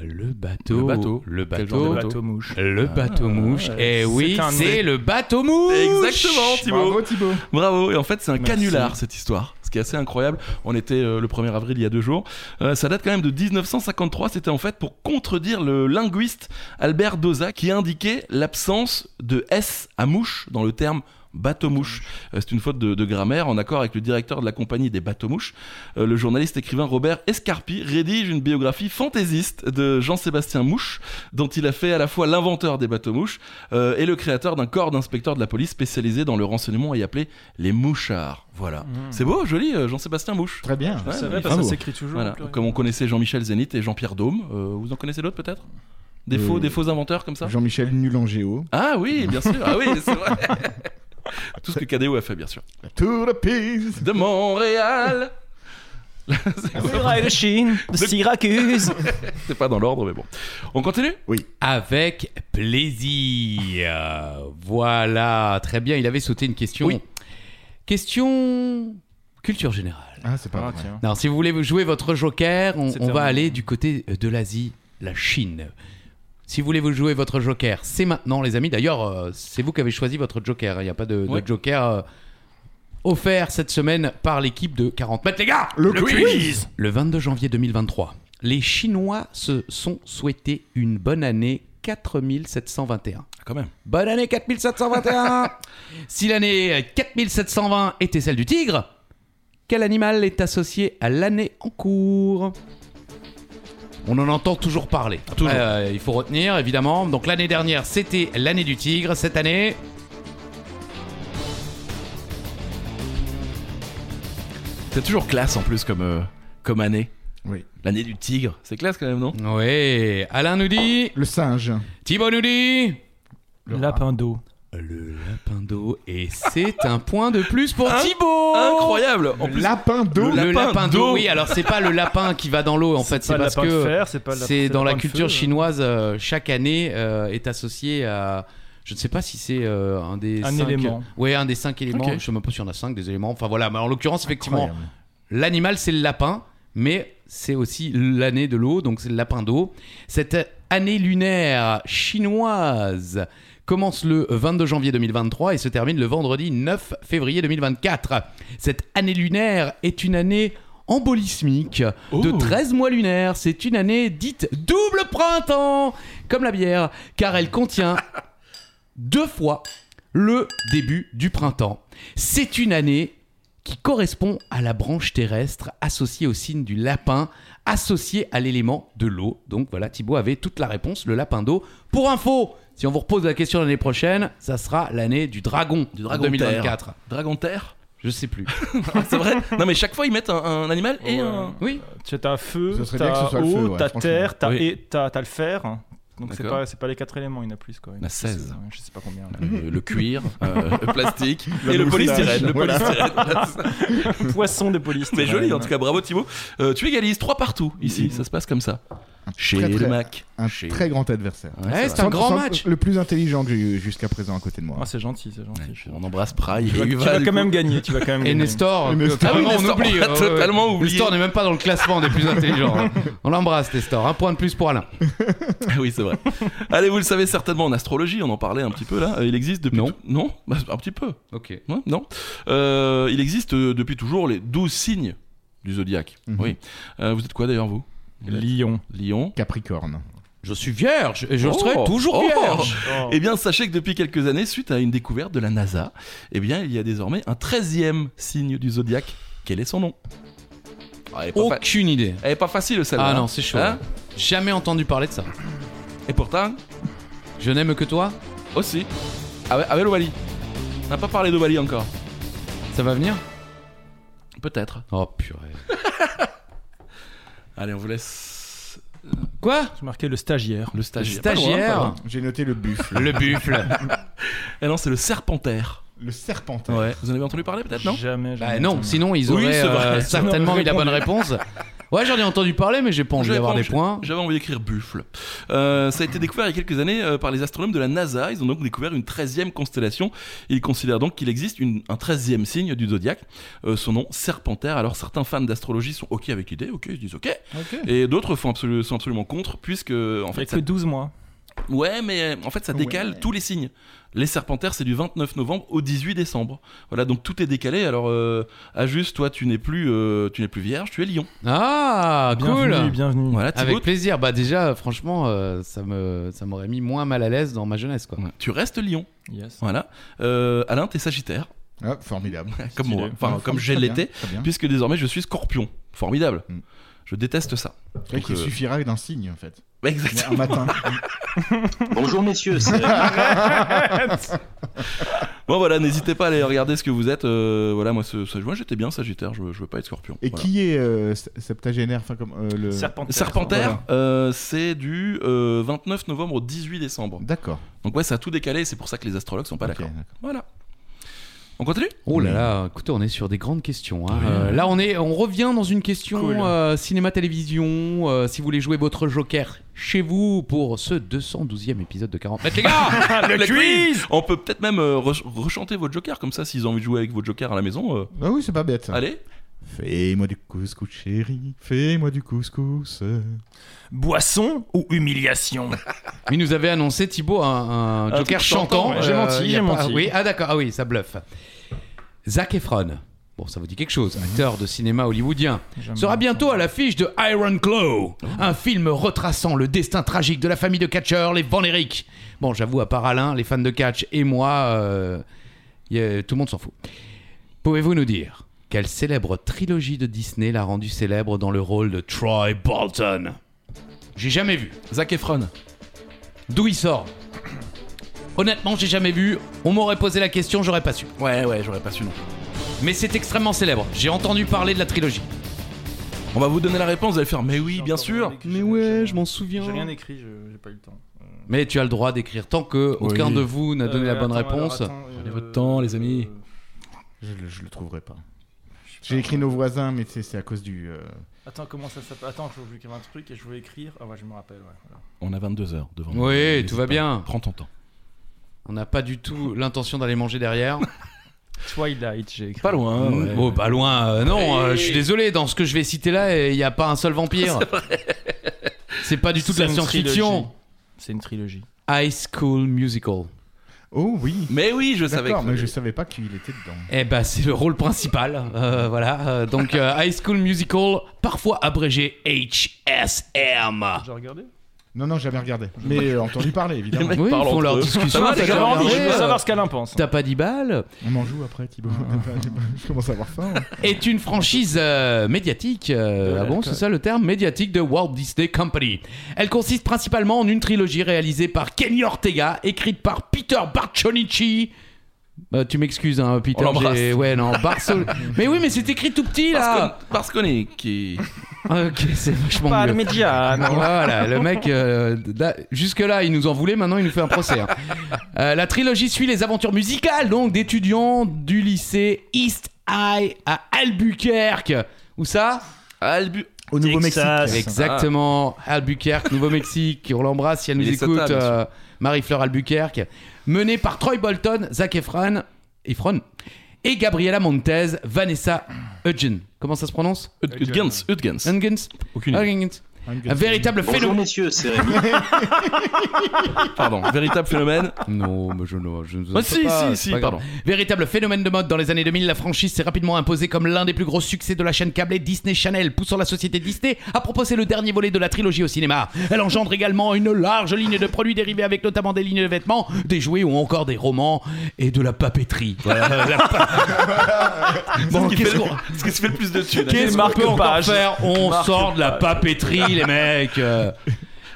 Speaker 3: le bateau.
Speaker 1: Le bateau.
Speaker 3: Le
Speaker 1: Quel
Speaker 3: bateau.
Speaker 1: genre
Speaker 4: Le
Speaker 1: de
Speaker 4: bateau mouche.
Speaker 3: Le
Speaker 1: Ah.
Speaker 3: bateau mouche.
Speaker 4: ouais.
Speaker 3: Et oui,
Speaker 4: C'est un
Speaker 3: c'est
Speaker 4: des-
Speaker 3: le bateau mouche.
Speaker 1: Exactement, Thibaut.
Speaker 5: Bravo Oh, Thibaut.
Speaker 1: Bravo, et en fait c'est un
Speaker 4: Merci.
Speaker 1: canular cette histoire, ce qui est assez incroyable. On était euh, le 1er avril il y a deux jours. Euh, ça date quand même de 1953, c'était en fait pour contredire le linguiste Albert Doza qui indiquait l'absence de S à mouche dans le terme bateau-mouche. Euh, c'est une faute de, de grammaire en accord avec le directeur de la compagnie des bateaux-mouches. Euh, le journaliste écrivain Robert Escarpi rédige une biographie fantaisiste de Jean-Sébastien Mouche dont il a fait à la fois l'inventeur des bateaux-mouches euh, et le créateur d'un corps d'inspecteurs de la police spécialisé dans le renseignement et appelé les mouchards. Voilà.
Speaker 4: Mmh.
Speaker 1: C'est beau, joli, euh, Jean-Sébastien Mouche.
Speaker 5: Très bien.
Speaker 1: Ouais,
Speaker 4: C'est
Speaker 1: mais
Speaker 4: vrai parce que
Speaker 5: bravo.
Speaker 4: ça s'écrit toujours. euh,
Speaker 1: Voilà.
Speaker 4: purée.
Speaker 1: Comme on connaissait Jean-Michel Zénith et Jean-Pierre Daume. Euh, vous en connaissez d'autres peut-être des, faux,
Speaker 5: Euh,
Speaker 1: des faux inventeurs comme ça
Speaker 5: Jean-Michel Nul en géo.
Speaker 1: Ah oui, bien sûr. Ah oui, c'est vrai. Tout ce que KDO a fait, bien sûr.
Speaker 5: To the peace.
Speaker 1: De Montréal
Speaker 4: Muraille de Chine, de Syracuse.
Speaker 1: C'est pas dans l'ordre, mais bon. On continue
Speaker 3: Avec plaisir. Voilà, très bien. Il avait sauté une question.
Speaker 1: Oui.
Speaker 3: Question culture générale.
Speaker 5: Ah, c'est pas
Speaker 4: Ah,
Speaker 5: vrai.
Speaker 4: tiens.
Speaker 3: Alors, si vous voulez jouer votre joker, on,
Speaker 4: C'est
Speaker 3: on va
Speaker 4: terminé.
Speaker 3: aller du côté de l'Asie, la Chine. Si vous voulez vous jouer votre joker, c'est maintenant, les amis. D'ailleurs, euh, c'est vous qui avez choisi votre joker. Il n'y a pas de, de
Speaker 1: Ouais.
Speaker 3: joker euh, offert cette semaine par l'équipe de 40 mètres, les gars.
Speaker 5: Le, quiz.
Speaker 3: Le 22 janvier 2023, les Chinois se sont souhaités une bonne année 4721.
Speaker 1: Ah, Quand même.
Speaker 3: Bonne année 4721 Si l'année 4720 était celle du tigre, quel animal est associé à l'année en cours on en entend toujours parler. Après,
Speaker 1: Toujours.
Speaker 3: euh, il faut retenir, évidemment. Donc l'année dernière, c'était l'année du tigre. Cette année,
Speaker 1: C'est toujours classe en plus comme, euh, comme année.
Speaker 5: Oui.
Speaker 1: L'année du tigre. C'est classe quand même, non
Speaker 3: oui, Alain nous dit,
Speaker 5: Le singe.
Speaker 3: Thibaut nous dit...
Speaker 4: Lapin d'eau.
Speaker 3: Le lapin d'eau. Et c'est un point de plus pour
Speaker 1: Hein
Speaker 3: Thibaut
Speaker 1: Incroyable En plus,
Speaker 5: Lapin d'eau.
Speaker 1: Le
Speaker 3: Le
Speaker 1: lapin
Speaker 3: lapin
Speaker 1: d'eau.
Speaker 3: d'eau, oui, alors c'est pas le lapin qui va dans l'eau, en fait, c'est
Speaker 4: pas le
Speaker 3: parce
Speaker 4: lapin de
Speaker 3: que...
Speaker 4: fer, c'est pas le lapin-
Speaker 3: C'est
Speaker 4: le
Speaker 3: dans la
Speaker 4: lapin de
Speaker 3: culture
Speaker 4: feu, hein.
Speaker 3: chinoise, euh, chaque année euh, est associée à. Je ne sais pas si c'est euh, un des
Speaker 4: Un
Speaker 3: cinq.
Speaker 4: élément.
Speaker 3: Ouais, un des cinq éléments.
Speaker 1: Ok.
Speaker 3: Je ne sais même pas s'il y en a cinq des éléments. Enfin voilà, mais en l'occurrence, effectivement, l'animal c'est le lapin, mais c'est aussi l'année de l'eau, donc c'est le lapin d'eau. Cette année lunaire chinoise commence le 22 janvier 2023 et se termine le vendredi 9 février 2024. Cette année lunaire est une année embolismique de
Speaker 1: Oh.
Speaker 3: 13 mois lunaires. C'est une année dite double printemps, comme la bière, car elle contient deux fois le début du printemps. C'est une année qui correspond à la branche terrestre associée au signe du lapin, associée à l'élément de l'eau. Donc voilà, Thibaut avait toute la réponse, le lapin d'eau. Pour info, si on vous repose la question l'année prochaine, ça sera l'année du dragon, du
Speaker 1: dragon
Speaker 3: 2024.
Speaker 1: dragon de terre.
Speaker 3: Je sais plus.
Speaker 1: c'est vrai Non, mais chaque fois ils mettent un, un animal et
Speaker 4: Ouais.
Speaker 1: un.
Speaker 3: Oui,
Speaker 4: Tu as feu,
Speaker 5: Ce serait bien que ce
Speaker 4: t'as
Speaker 5: soit le feu,
Speaker 4: eau,
Speaker 5: ouais,
Speaker 4: t'as
Speaker 5: franchement.
Speaker 4: terre, t'as
Speaker 1: Oui.
Speaker 4: et- t'as t'as le fer. Donc c'est
Speaker 1: D'accord.
Speaker 4: pas, c'est pas les quatre éléments, il y en a plus quoi. Il
Speaker 1: Il y en
Speaker 4: y en
Speaker 1: a
Speaker 4: plus,
Speaker 1: 16.
Speaker 4: ouais, Je sais pas combien. là.
Speaker 1: Le, le cuir, euh, le plastique
Speaker 5: Le
Speaker 1: et le
Speaker 5: moustache,
Speaker 1: polystyrène. Le
Speaker 5: voilà.
Speaker 1: polystyrène.
Speaker 4: Poisson des polices.
Speaker 1: Mais joli en tout cas, bravo Thibaut. Euh, tu égalises 3 partout ici, ça se passe comme ça. Chez
Speaker 5: très,
Speaker 1: le
Speaker 5: très-
Speaker 1: Mac.
Speaker 5: Un
Speaker 1: Chez-
Speaker 5: très grand adversaire.
Speaker 1: Ouais,
Speaker 3: Ouais,
Speaker 1: c'est
Speaker 3: c'est
Speaker 1: vrai.
Speaker 3: un grand
Speaker 5: Sans-
Speaker 3: match.
Speaker 5: Le plus intelligent que j'ai eu jusqu'à présent à côté de moi.
Speaker 4: Ah, c'est gentil, c'est gentil.
Speaker 1: Ouais, On embrasse Praille
Speaker 4: Tu
Speaker 1: et
Speaker 4: vas- tu
Speaker 1: Uva,
Speaker 4: vas
Speaker 1: du
Speaker 4: quand
Speaker 1: coup.
Speaker 4: même gagner, tu vas quand même
Speaker 3: Et
Speaker 4: gagner.
Speaker 3: Nestor,
Speaker 5: Et
Speaker 3: que
Speaker 5: Nestor.
Speaker 3: carrément,
Speaker 1: Ah oui,
Speaker 3: on
Speaker 1: Nestor,
Speaker 3: oublie. hein,
Speaker 1: on a totalement oublié.
Speaker 3: Nestor n'est même pas dans le classement des plus intelligents. hein. On l'embrasse, Nestor. Un point de plus pour Alain.
Speaker 1: Ah oui, c'est vrai. Allez, vous le savez certainement en astrologie, on en parlait un petit peu là. euh, Il existe depuis.
Speaker 3: Non.
Speaker 1: tout- Non Bah, Un petit peu.
Speaker 3: Ok.
Speaker 1: Ouais, non. Euh, il existe euh, depuis toujours les 12 signes du zodiaque.
Speaker 5: Mhm.
Speaker 1: Oui. Euh, vous êtes quoi d'ailleurs, vous
Speaker 4: Lyon.
Speaker 1: Lion.
Speaker 5: Capricorne.
Speaker 3: Je suis vierge et je
Speaker 1: Oh.
Speaker 3: serai toujours
Speaker 1: Oh.
Speaker 3: vierge.
Speaker 1: Eh bien, sachez que depuis quelques années, suite à une découverte de la NASA, eh bien, il y a désormais un 13e signe du zodiaque. Quel est son nom Ah, elle, est pas fa-
Speaker 3: Aucune idée.
Speaker 1: elle est pas facile celle-là.
Speaker 3: Oh. Ah
Speaker 1: hein.
Speaker 3: non, c'est chaud.
Speaker 1: Hein
Speaker 3: Jamais entendu parler de ça.
Speaker 1: Et pourtant,
Speaker 3: Je n'aime que toi.
Speaker 1: aussi, avec, avec l'Ovalie. On n'a pas parlé d'Ovalie encore.
Speaker 3: Ça va venir
Speaker 1: Peut-être.
Speaker 3: Oh purée.
Speaker 1: Allez, on vous laisse
Speaker 3: Quoi
Speaker 4: J'ai marqué le stagiaire.
Speaker 1: le stagiaire. Pas loin, pas
Speaker 3: Stagiaire
Speaker 1: loin.
Speaker 5: J'ai noté le buffle.
Speaker 3: Le buffle.
Speaker 1: Eh non, c'est le serpentaire.
Speaker 5: le serpentin.
Speaker 1: Ouais. Vous en avez entendu parler peut-être, non
Speaker 4: Jamais, jamais.
Speaker 3: bah non, sinon ils
Speaker 1: Oui,
Speaker 3: auraient
Speaker 1: c'est vrai.
Speaker 3: euh, certainement eu la bonne réponse. Ouais, j'en ai entendu parler, mais j'ai pas envie
Speaker 1: J'avais
Speaker 3: d'avoir
Speaker 1: pas
Speaker 3: des
Speaker 1: envie-
Speaker 3: points.
Speaker 1: J'avais envie d'écrire buffle. Euh, ça a été découvert il y a quelques années euh, par les astronomes de la NASA. Ils ont donc découvert une 13e constellation. Ils considèrent donc qu'il existe une- un 13e signe du zodiaque. Euh, son nom, Serpentaire. Alors certains fans d'astrologie sont OK avec l'idée. OK, ils se disent OK. Et d'autres font absolu- sont absolument contre, puisque en
Speaker 4: Il y a
Speaker 1: fait, ça,
Speaker 4: que 12 mois.
Speaker 1: ouais, mais euh, en fait, ça décale tous les signes. Les Serpentaires, c'est du 29 novembre au 18 décembre. Voilà, donc tout est décalé. Alors, euh, Ajus, toi, tu n'es plus, euh, tu n'es plus vierge, tu es Lion.
Speaker 3: Ah, cool.
Speaker 4: Bienvenue, bienvenue.
Speaker 1: Voilà, Thibaut,
Speaker 3: Avec plaisir. Bah déjà, franchement, euh, ça me ça m'aurait mis moins mal à l'aise dans ma jeunesse, quoi.
Speaker 1: ouais, tu restes Lion.
Speaker 4: Yes.
Speaker 1: Voilà. Euh, Alain, t'es Sagittaire,
Speaker 5: Ah, formidable.
Speaker 1: comme moi, enfin
Speaker 5: Ouais,
Speaker 1: comme
Speaker 5: très
Speaker 1: j'ai
Speaker 5: bien,
Speaker 1: l'été,
Speaker 5: très bien.
Speaker 1: puisque désormais je suis Scorpion. Formidable.
Speaker 5: Mm.
Speaker 1: Je déteste ça.
Speaker 5: C'est vrai
Speaker 1: Donc,
Speaker 5: qu'il
Speaker 1: euh,
Speaker 5: suffira d'un signe en fait. Un
Speaker 1: Exactement.
Speaker 5: matin.
Speaker 6: Bonjour messieurs, c'est Rémi.
Speaker 1: Bon voilà, n'hésitez pas à aller regarder ce que vous êtes. euh, voilà, moi, ce, ce- moi j'étais bien Sagittaire, je, je veux pas être Scorpion.
Speaker 5: Et
Speaker 1: Voilà.
Speaker 5: qui est euh, s- septagénaire enfin, comme, euh, le...
Speaker 4: Serpentaire.
Speaker 1: Serpentaire,
Speaker 5: Voilà.
Speaker 1: euh, c'est du euh, 29 novembre au 18 décembre.
Speaker 5: D'accord.
Speaker 1: Donc ouais, ça a tout décalé, c'est pour ça que les astrologues sont pas
Speaker 5: Ok,
Speaker 1: d'accord. Voilà. On continue
Speaker 3: Oh là là, écoutez, on est sur des grandes questions. hein. Euh, là, on, est, on revient dans une question
Speaker 4: Cool.
Speaker 3: euh, cinéma-télévision. euh, si vous voulez jouer votre Joker chez vous pour ce 212e épisode de 40 mètres, les gars
Speaker 1: Le quiz On peut peut-être même euh, re- rechanter votre Joker, comme ça, s'ils ont envie de jouer avec votre Joker à la maison. euh,
Speaker 5: Ah oui, c'est pas bête. ça.
Speaker 1: allez
Speaker 5: Fais-moi du couscous, chérie. Fais-moi du couscous.
Speaker 4: Boisson ou humiliation
Speaker 3: Il nous avait annoncé, Thibaut, un, un
Speaker 1: Un
Speaker 3: Joker
Speaker 1: truc chantant,
Speaker 3: chantant. Euh,
Speaker 1: ouais.
Speaker 4: J'ai menti,
Speaker 3: il y a
Speaker 4: j'ai
Speaker 3: pas-
Speaker 4: menti.
Speaker 3: Oui, ah d'accord, ah oui, ça bluffe. Zac Efron, bon, ça vous dit quelque chose, acteur de cinéma hollywoodien,
Speaker 4: J'aime
Speaker 3: sera
Speaker 4: bien
Speaker 3: bientôt à l'affiche de Iron Claw, un film retraçant le destin tragique de la famille de catcheurs, les Van Eric. Bon, j'avoue, à part Alain, les fans de catch et moi, euh, y a- tout le monde s'en fout. Pouvez-vous nous dire quelle célèbre trilogie de Disney l'a rendu célèbre dans le rôle de Troy Bolton J'ai jamais vu.
Speaker 1: Zac Efron.
Speaker 3: D'où il sort Honnêtement, j'ai jamais vu. On m'aurait posé la question, j'aurais pas su.
Speaker 1: Ouais, ouais, j'aurais pas su non.
Speaker 3: Mais c'est extrêmement célèbre. J'ai entendu parler de la trilogie.
Speaker 1: On va vous donner la réponse, vous allez faire mais oui, bien sûr.
Speaker 4: Mais ouais, je m'en
Speaker 3: souviens.
Speaker 4: J'ai rien écrit, je- j'ai pas eu le temps.
Speaker 3: Mais tu as le droit d'écrire tant que
Speaker 1: Oui.
Speaker 3: aucun de vous n'a donné la
Speaker 4: Euh,
Speaker 3: bonne
Speaker 4: attends,
Speaker 3: réponse.
Speaker 4: alors, attends,
Speaker 1: Prenez
Speaker 4: euh,
Speaker 1: votre temps, les amis.
Speaker 5: Je le, je le trouverai pas.
Speaker 1: Ah,
Speaker 5: J'ai écrit nos voisins, mais c'est c'est à cause du. euh,
Speaker 4: Attends, comment ça s'appelle Attends, je voulais écrire un truc et je voulais écrire. Ah ouais, je me rappelle, ouais. voilà.
Speaker 1: On a 22 heures devant nous.
Speaker 3: Oui,
Speaker 1: N'hésite
Speaker 3: tout va
Speaker 1: pas.
Speaker 3: bien.
Speaker 1: Prends ton temps.
Speaker 3: On n'a pas du tout l'intention d'aller manger derrière.
Speaker 4: Twilight, j'ai écrit.
Speaker 1: Pas loin. ouais.
Speaker 3: Oh, pas loin. euh, non, euh, je suis désolé. Dans ce que je vais citer là, il n'y a pas un seul vampire. C'est pas du tout de la
Speaker 4: C'est une
Speaker 3: science-fiction.
Speaker 4: trilogie. C'est une trilogie.
Speaker 3: High School Musical.
Speaker 5: Oh oui.
Speaker 1: Mais oui, je savais.
Speaker 5: D'accord,
Speaker 1: que-
Speaker 5: mais je savais pas qu'il était dedans.
Speaker 3: Eh ben, c'est le rôle principal. euh, voilà. euh, donc, euh, High School Musical, parfois abrégé HSM.
Speaker 4: J'ai regardé
Speaker 5: Non, non, jamais regardé. Mais euh, entendu parler,
Speaker 1: Les
Speaker 5: évidemment.
Speaker 1: mecs
Speaker 3: Oui, ils
Speaker 1: parlent
Speaker 3: font
Speaker 1: entre
Speaker 3: leur
Speaker 1: eux.
Speaker 3: discussion.
Speaker 1: Ça va,
Speaker 3: ça
Speaker 1: les
Speaker 4: J'ai
Speaker 1: gars,
Speaker 3: fait
Speaker 4: vraiment envie, je
Speaker 3: marrer,
Speaker 4: veux
Speaker 3: euh,
Speaker 4: savoir ce qu'elle en pense.
Speaker 3: T'as pas 10 balles
Speaker 5: On en joue après, Thibaut. je commence à avoir faim. hein.
Speaker 3: est une franchise euh, médiatique. euh,
Speaker 4: Ouais,
Speaker 3: ah bon,
Speaker 4: ouais.
Speaker 3: c'est ça le terme médiatique de Walt Disney Company. Elle consiste principalement en une trilogie réalisée par Kenny Ortega, écrite par Peter Bartolucci. Euh, tu m'excuses, hein, Peter.
Speaker 1: On l'embrasse.
Speaker 3: j'ai- Ouais, non, Barcel- mais oui, mais c'est écrit tout petit
Speaker 1: Parce
Speaker 3: là.
Speaker 1: qu'on- Parce qu'on est qui.
Speaker 3: Ok, c'est vachement
Speaker 4: Pas
Speaker 3: mieux.
Speaker 4: le média. non.
Speaker 3: Voilà, le mec, euh, da- jusque-là, il nous en voulait, maintenant il nous fait un procès. hein. Euh, la trilogie suit les aventures musicales donc d'étudiants du lycée East High à Albuquerque. Où ça
Speaker 1: Albu.
Speaker 5: Au Nouveau-Mexique.
Speaker 4: Texas.
Speaker 3: Exactement, Albuquerque, Nouveau-Mexique. On l'embrasse si elle nous
Speaker 1: Et les
Speaker 3: écoute,
Speaker 1: Sotas, bien sûr.
Speaker 3: euh, Marie-Fleur Albuquerque. Menée par Troy Bolton, Zach Efron, Efron et Gabriela Montez, Vanessa Hudgens. Comment ça se prononce
Speaker 1: Hudgens. Hudgens.
Speaker 3: Hudgens
Speaker 1: Aucune idée.
Speaker 3: Hudgens.
Speaker 5: Un
Speaker 3: Un
Speaker 5: gars.
Speaker 3: véritable
Speaker 6: Bonjour
Speaker 3: phénomène.
Speaker 6: messieurs, c'est Rémi.
Speaker 1: Pardon. Véritable phénomène.
Speaker 3: Non, mais je ne je ne vous
Speaker 1: Ah,
Speaker 3: insulte
Speaker 1: si,
Speaker 3: pas,
Speaker 1: si,
Speaker 3: c'est
Speaker 1: si,
Speaker 3: pas grave.
Speaker 1: pardon.
Speaker 3: Véritable phénomène de mode dans les années 2000, la franchise s'est rapidement imposée comme l'un des plus gros succès de la chaîne câblée Disney Channel, poussant la société Disney à proposer le dernier volet de la trilogie au cinéma. Elle engendre également une large ligne de produits dérivés avec notamment des lignes de vêtements, des jouets ou encore des romans et de la papeterie. Voilà, la pa- Bon,
Speaker 1: Ce qui
Speaker 3: qu'est-ce
Speaker 1: fait le-
Speaker 3: qu'on-
Speaker 1: ce qui se fait le plus de thunes.
Speaker 3: Qu'est-ce qu'on peut encore
Speaker 4: Marque-page.
Speaker 3: faire On
Speaker 4: Marque-page.
Speaker 3: sort de la papeterie, les mecs. euh.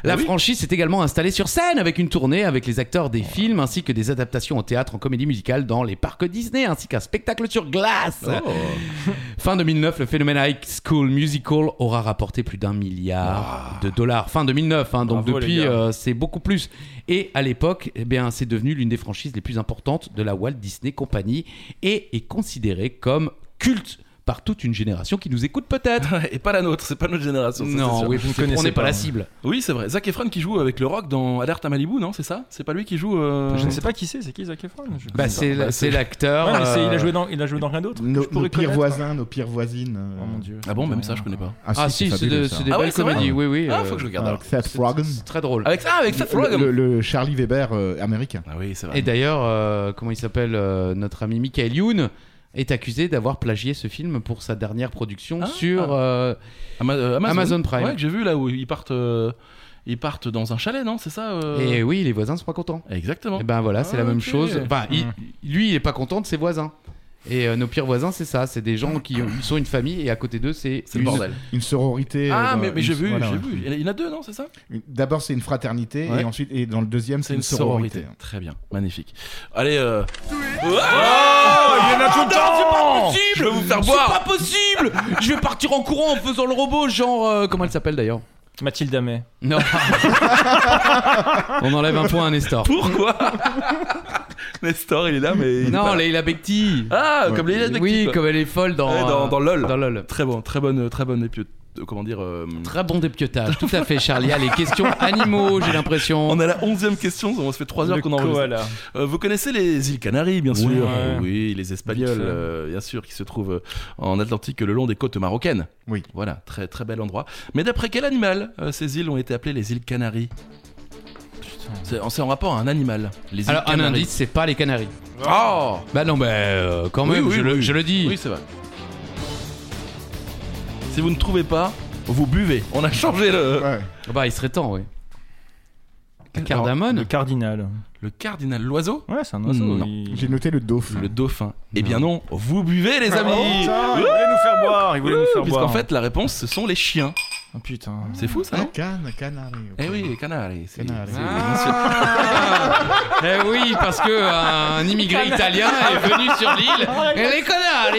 Speaker 3: La
Speaker 1: Ah oui.
Speaker 3: franchise s'est également installée sur scène avec une tournée avec les acteurs des films ainsi que des adaptations au théâtre en comédie musicale dans les parcs Disney ainsi qu'un spectacle sur glace.
Speaker 1: Oh.
Speaker 3: Fin 2009, le phénomène High School Musical aura rapporté plus d'un milliard de dollars. Fin 2009, hein, donc
Speaker 4: Bravo, les
Speaker 3: depuis
Speaker 4: gars.
Speaker 3: euh, c'est beaucoup plus. Et à l'époque, eh bien, c'est devenu l'une des franchises les plus importantes de la Walt Disney Company et est considérée comme culte par toute une génération qui nous écoute peut-être.
Speaker 1: Et pas la nôtre, c'est pas notre génération. ça, c'est
Speaker 3: Non,
Speaker 1: sûr.
Speaker 3: oui,
Speaker 4: Je ne
Speaker 3: c'est- on
Speaker 4: connaissais
Speaker 3: n'est pas,
Speaker 4: pas,
Speaker 3: la
Speaker 4: moi.
Speaker 3: cible.
Speaker 1: Oui, c'est vrai. Zac Efron qui joue avec le rock dans Alerte à Malibu, non C'est ça C'est pas lui qui joue. euh,
Speaker 4: Je ne sais pas qui c'est, c'est qui Zac Efron Je
Speaker 3: Bah,
Speaker 4: connais
Speaker 3: c'est la-
Speaker 1: bah,
Speaker 3: c'est
Speaker 1: c'est-
Speaker 4: pas.
Speaker 3: l'acteur.
Speaker 4: Ouais, mais c'est- il, a
Speaker 3: euh,
Speaker 4: joué dans, il a joué dans rien d'autre.
Speaker 5: Nos,
Speaker 4: Je pourrais
Speaker 5: nos pires
Speaker 4: connaître.
Speaker 5: voisins, nos pires voisines. euh,
Speaker 4: Oh mon dieu.
Speaker 1: Ah bon, même ça, je connais pas.
Speaker 3: Ah si, c'est
Speaker 5: fabuleux,
Speaker 3: de-
Speaker 5: ça.
Speaker 3: c'est des
Speaker 1: Ah ouais,
Speaker 3: belles
Speaker 1: c'est vrai
Speaker 3: comédies, oui, oui.
Speaker 1: Ah,
Speaker 3: euh,
Speaker 1: faut que je regarde. alors.
Speaker 5: Avec Seth Rogen.
Speaker 3: c'est Très drôle.
Speaker 1: Avec ah, avec Seth
Speaker 5: Le,
Speaker 1: Rogen.
Speaker 5: le- le Charlie Weber euh, américain.
Speaker 1: Ah oui, c'est vrai.
Speaker 3: Et d'ailleurs, euh, comment il s'appelle euh, Notre ami Michael Youn est accusé d'avoir plagié ce film pour sa dernière production
Speaker 1: Ah.
Speaker 3: sur... euh,
Speaker 1: Ama- euh, Amazon.
Speaker 3: Amazon Prime.
Speaker 1: Ouais, que j'ai vu là où ils partent, euh, ils partent dans un chalet, non C'est ça euh
Speaker 3: Et oui, les voisins sont pas contents.
Speaker 1: Exactement.
Speaker 3: Et ben voilà, c'est la
Speaker 1: Ah,
Speaker 3: même
Speaker 1: ok.
Speaker 3: chose. Enfin, il- lui, il est pas content de ses voisins. Et euh, nos pires voisins, c'est ça. C'est des gens qui ont- ils sont une famille et à côté d'eux, c'est
Speaker 1: C'est
Speaker 3: une-
Speaker 1: le bordel.
Speaker 5: Une sororité. euh,
Speaker 1: Ah,
Speaker 5: dans-
Speaker 1: mais, mais
Speaker 5: une-
Speaker 1: j'ai vu,
Speaker 5: voilà,
Speaker 1: j'ai
Speaker 5: ouais.
Speaker 1: vu. Il y en a deux, non C'est ça
Speaker 5: Une- D'abord, c'est une fraternité,
Speaker 1: Ouais.
Speaker 5: et ensuite, et dans le deuxième, c'est une, sororité.
Speaker 1: Très bien, magnifique. Allez, euh,
Speaker 4: Oh, il y en a tout le temps
Speaker 1: Oh, je vais vous faire
Speaker 3: C'est
Speaker 1: boire.
Speaker 3: pas possible Je vais partir en courant en faisant le robot, genre... euh, comment elle s'appelle d'ailleurs
Speaker 4: Mathilde Amet.
Speaker 3: Non. On enlève un point à Nestor.
Speaker 1: Pourquoi Nestor, il est là, mais. il est
Speaker 3: Non,
Speaker 1: pas là.
Speaker 3: Leila Bekti.
Speaker 1: Ah,
Speaker 5: Ouais.
Speaker 1: comme les Becti,
Speaker 3: Oui,
Speaker 1: quoi.
Speaker 3: comme elle est folle dans,
Speaker 1: Ouais, dans-
Speaker 3: euh,
Speaker 1: dans LOL.
Speaker 3: Dans LOL.
Speaker 1: Très bon, très bonne, très bonne épi- euh, Comment dire euh,
Speaker 3: Très bon dépiotage, tout à fait Charlie. Ah, Les questions animaux, j'ai l'impression.
Speaker 1: On a la onzième question, on se fait 3 heures
Speaker 4: Le
Speaker 1: qu'on enregistre.
Speaker 4: koala.
Speaker 1: Euh, vous connaissez les îles Canaries, bien sûr.
Speaker 4: Ouais.
Speaker 1: Oui, les Espagnols,
Speaker 4: Vite fait.
Speaker 1: euh, bien sûr, qui se trouvent euh, en Atlantique le long des côtes marocaines.
Speaker 5: Oui.
Speaker 1: Voilà, très très bel endroit. Mais d'après quel animal euh, ces îles ont été appelées les îles Canaries C'est en, c'est en rapport à un animal. Les îles
Speaker 3: Alors un
Speaker 1: Canaries.
Speaker 3: indice, c'est pas les Canaries.
Speaker 1: Oh
Speaker 3: Bah non, bah euh, quand
Speaker 1: Oui,
Speaker 3: même,
Speaker 1: oui,
Speaker 3: je, le,
Speaker 1: oui.
Speaker 3: je le dis.
Speaker 1: Oui, c'est vrai. Si vous ne trouvez pas, vous buvez. On a changé le.
Speaker 5: Ouais.
Speaker 3: Bah il serait temps, oui.
Speaker 1: Alors,
Speaker 3: Cardamone
Speaker 4: Le cardinal.
Speaker 1: Le cardinal, l'oiseau
Speaker 4: Ah, Ouais, c'est un oiseau.
Speaker 1: Non.
Speaker 4: Il...
Speaker 5: J'ai noté le dauphin.
Speaker 1: Le dauphin. Eh bien non, vous buvez, les amis
Speaker 4: Oh, putain, il voulait nous faire boire. Il voulait nous faire
Speaker 1: Puisqu'en
Speaker 4: boire.
Speaker 1: fait, la réponse, ce sont les chiens.
Speaker 4: Oh, putain.
Speaker 1: C'est fou ça, non
Speaker 5: Ah, Cannes, Canaries. ok.
Speaker 1: Eh oui, les Canaries. c'est-
Speaker 5: Canaries.
Speaker 1: c'est-
Speaker 3: Ah Eh oui, parce que euh, un immigré italien est venu sur l'île.
Speaker 1: Ah,
Speaker 3: Et les Canaries,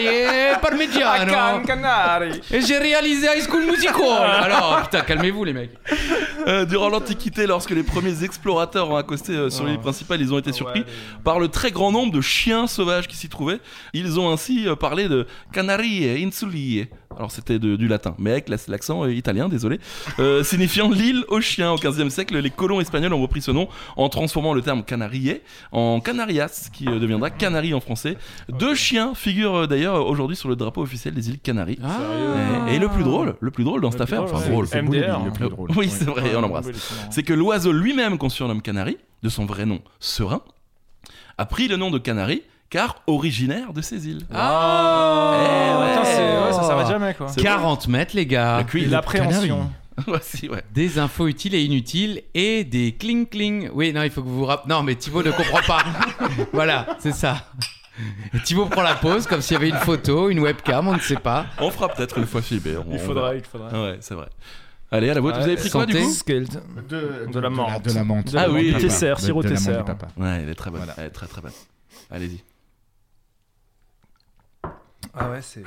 Speaker 3: et
Speaker 4: Ah,
Speaker 3: Parmigiano.
Speaker 4: Can Canari.
Speaker 3: Et j'ai réalisé High School Musical. Alors, putain, calmez-vous les mecs.
Speaker 1: Euh, durant l'Antiquité, lorsque les premiers explorateurs ont accosté euh, sur l'île principale, ils ont été surpris
Speaker 4: Ouais,
Speaker 1: par le très grand nombre de chiens sauvages qui s'y trouvaient. Ils ont ainsi euh, parlé de Canarie Insulae. Alors c'était de- du latin, mais avec la- l'accent euh, italien, désolé, Euh, signifiant l'île aux chiens. Au XVe siècle, les colons espagnols ont repris ce nom en transformant le terme Canarie en Canarias, qui euh, deviendra Canaries en français. Deux chiens figurent euh, d'ailleurs aujourd'hui sur le drapeau officiel des îles Canaries.
Speaker 3: Ah.
Speaker 1: Et, et le plus drôle, le plus drôle dans cette affaire,
Speaker 4: drôle,
Speaker 1: enfin
Speaker 4: ouais.
Speaker 1: drôle,
Speaker 5: C'est
Speaker 4: MDR,
Speaker 5: Bolivie,
Speaker 4: hein.
Speaker 5: le plus drôle.
Speaker 1: oui, c'est vrai, on l'embrasse.
Speaker 4: oui, oui,
Speaker 1: C'est que l'oiseau lui-même, qu'on surnomme canari, de son vrai nom serein, a pris le nom de canari car originaire de ces îles.
Speaker 4: Ah,
Speaker 1: Eh ouais.
Speaker 4: Putain, c'est- ouais, ça s'arrête jamais quoi.
Speaker 1: C'est
Speaker 3: 40 Oh. mètres les gars.
Speaker 1: La cuisse.
Speaker 4: L'appréhension.
Speaker 1: Ouais, si, ouais.
Speaker 3: Des infos utiles et inutiles et des cling cling. Oui, non, il faut que vous vous rappelez. Non, mais Thibaut ne comprend pas. voilà, c'est ça. Et Thibaut prend la pause comme s'il y avait une photo, une webcam, on ne sait pas.
Speaker 1: On fera peut-être une fois fiber.
Speaker 4: Il faudra, il faudra.
Speaker 1: Ouais, c'est vrai. Allez, à la vôtre, vous avez pris quoi du
Speaker 3: Santé.
Speaker 1: coup
Speaker 4: Skelt.
Speaker 5: De,
Speaker 4: De la menthe.
Speaker 5: De la menthe.
Speaker 4: De la
Speaker 1: Ah oui,
Speaker 5: Du papa.
Speaker 4: Tesser,
Speaker 5: De-
Speaker 4: sirop
Speaker 5: de la menthe
Speaker 4: Tesser.
Speaker 5: du papa.
Speaker 1: Ouais, elle est très bonne.
Speaker 5: Voilà.
Speaker 1: Elle est très très bonne. Allez-y.
Speaker 4: Ah ouais, c'est.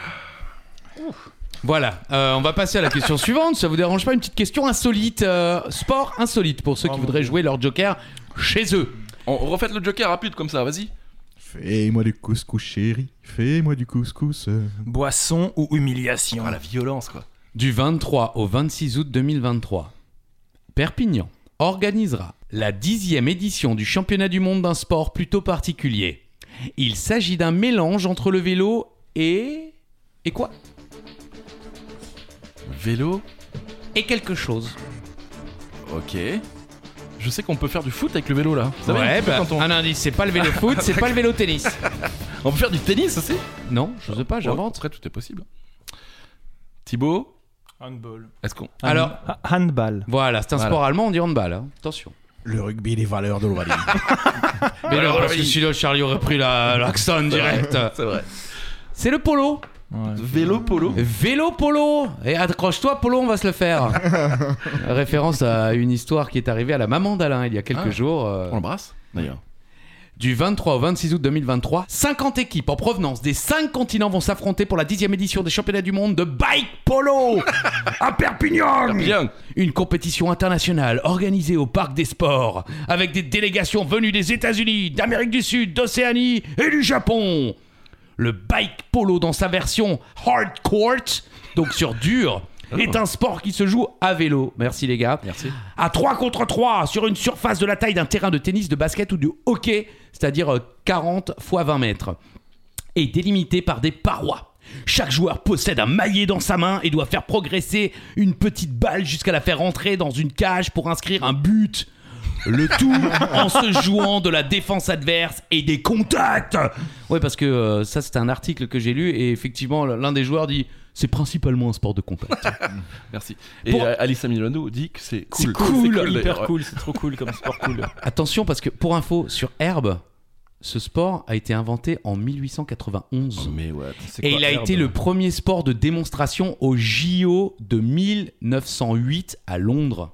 Speaker 3: Voilà, Euh, on va passer à la question suivante. Ça vous dérange pas une petite question insolite, euh, sport insolite pour
Speaker 1: Oh
Speaker 3: ceux qui voudraient jouer leur Joker chez eux.
Speaker 1: On refait le Joker rapide comme ça, vas-y.
Speaker 5: Fais-moi du couscous, chérie. Fais-moi du couscous.
Speaker 4: Boisson ou humiliation
Speaker 1: Ah, la violence quoi.
Speaker 3: Du 23 au 26 août 2023, Perpignan organisera la dixième édition du championnat du monde d'un sport plutôt particulier. Il s'agit d'un mélange entre le vélo et... Et quoi
Speaker 1: Vélo,
Speaker 3: Et quelque chose.
Speaker 1: ok. Je sais qu'on peut faire du foot avec le vélo là. Vous savez,
Speaker 3: ouais,
Speaker 1: on peut-
Speaker 3: bah,
Speaker 1: quand on...
Speaker 3: un indice, c'est pas le vélo foot, c'est pas le vélo tennis.
Speaker 1: on peut faire du tennis aussi.
Speaker 3: Non, je sais pas,
Speaker 1: J'avance,
Speaker 3: j'invente.
Speaker 1: après tout est possible. Thibaut,
Speaker 4: Handball.
Speaker 1: est-ce qu'on
Speaker 3: Alors-
Speaker 4: Ha- handball.
Speaker 3: Voilà, c'est un
Speaker 1: Ah Voilà.
Speaker 3: sport allemand, on dit handball. hein. Attention.
Speaker 5: Le rugby, les valeurs de l'Ovalie.
Speaker 3: Mais non, parce que sinon Charlie aurait pris la- l'accent direct.
Speaker 1: C'est vrai.
Speaker 3: C'est le polo.
Speaker 1: Vélo polo.
Speaker 3: Vélo polo. Et accroche-toi, polo, on va se le faire. Référence à une histoire qui est arrivée à la maman d'Alain il y a quelques
Speaker 1: Ah.
Speaker 3: jours. euh,
Speaker 1: On l'embrasse d'ailleurs.
Speaker 3: du 23 au 26 août 2023, 50 équipes en provenance des 5 continents vont s'affronter pour la 10e édition des championnats du monde de bike polo.
Speaker 2: À Perpignan
Speaker 1: Bien.
Speaker 3: Une compétition internationale organisée au Parc des Sports, avec des délégations venues des États-Unis, d'Amérique du Sud, d'Océanie et du Japon. Le bike polo dans sa version hard court, donc sur dur, est un sport qui se joue à vélo. Merci les gars.
Speaker 1: Merci.
Speaker 3: À 3 contre 3 sur une surface de la taille d'un terrain de tennis, de basket ou du hockey, c'est-à-dire euh, 40 x 20 mètres est délimité par des parois. Chaque joueur possède un maillet dans sa main et doit faire progresser une petite balle jusqu'à la faire rentrer dans une cage pour inscrire un but. Le tout en se jouant de la défense adverse et des contacts. Ouais, parce que euh, ça c'était un article que j'ai lu et effectivement l'un des joueurs dit c'est principalement un sport de contact.
Speaker 1: Merci. Et
Speaker 3: Pour-
Speaker 1: euh, Alissa Milano dit que c'est cool.
Speaker 3: C'est
Speaker 1: C'est
Speaker 3: cool,
Speaker 1: d'ailleurs.
Speaker 4: Hyper cool, c'est trop cool comme sport cool.
Speaker 3: Attention parce que pour info sur herbe, ce sport a été inventé en 1891.
Speaker 1: Oh, Mais what
Speaker 3: Et il a été le premier sport de démonstration au JO de 1908 à Londres.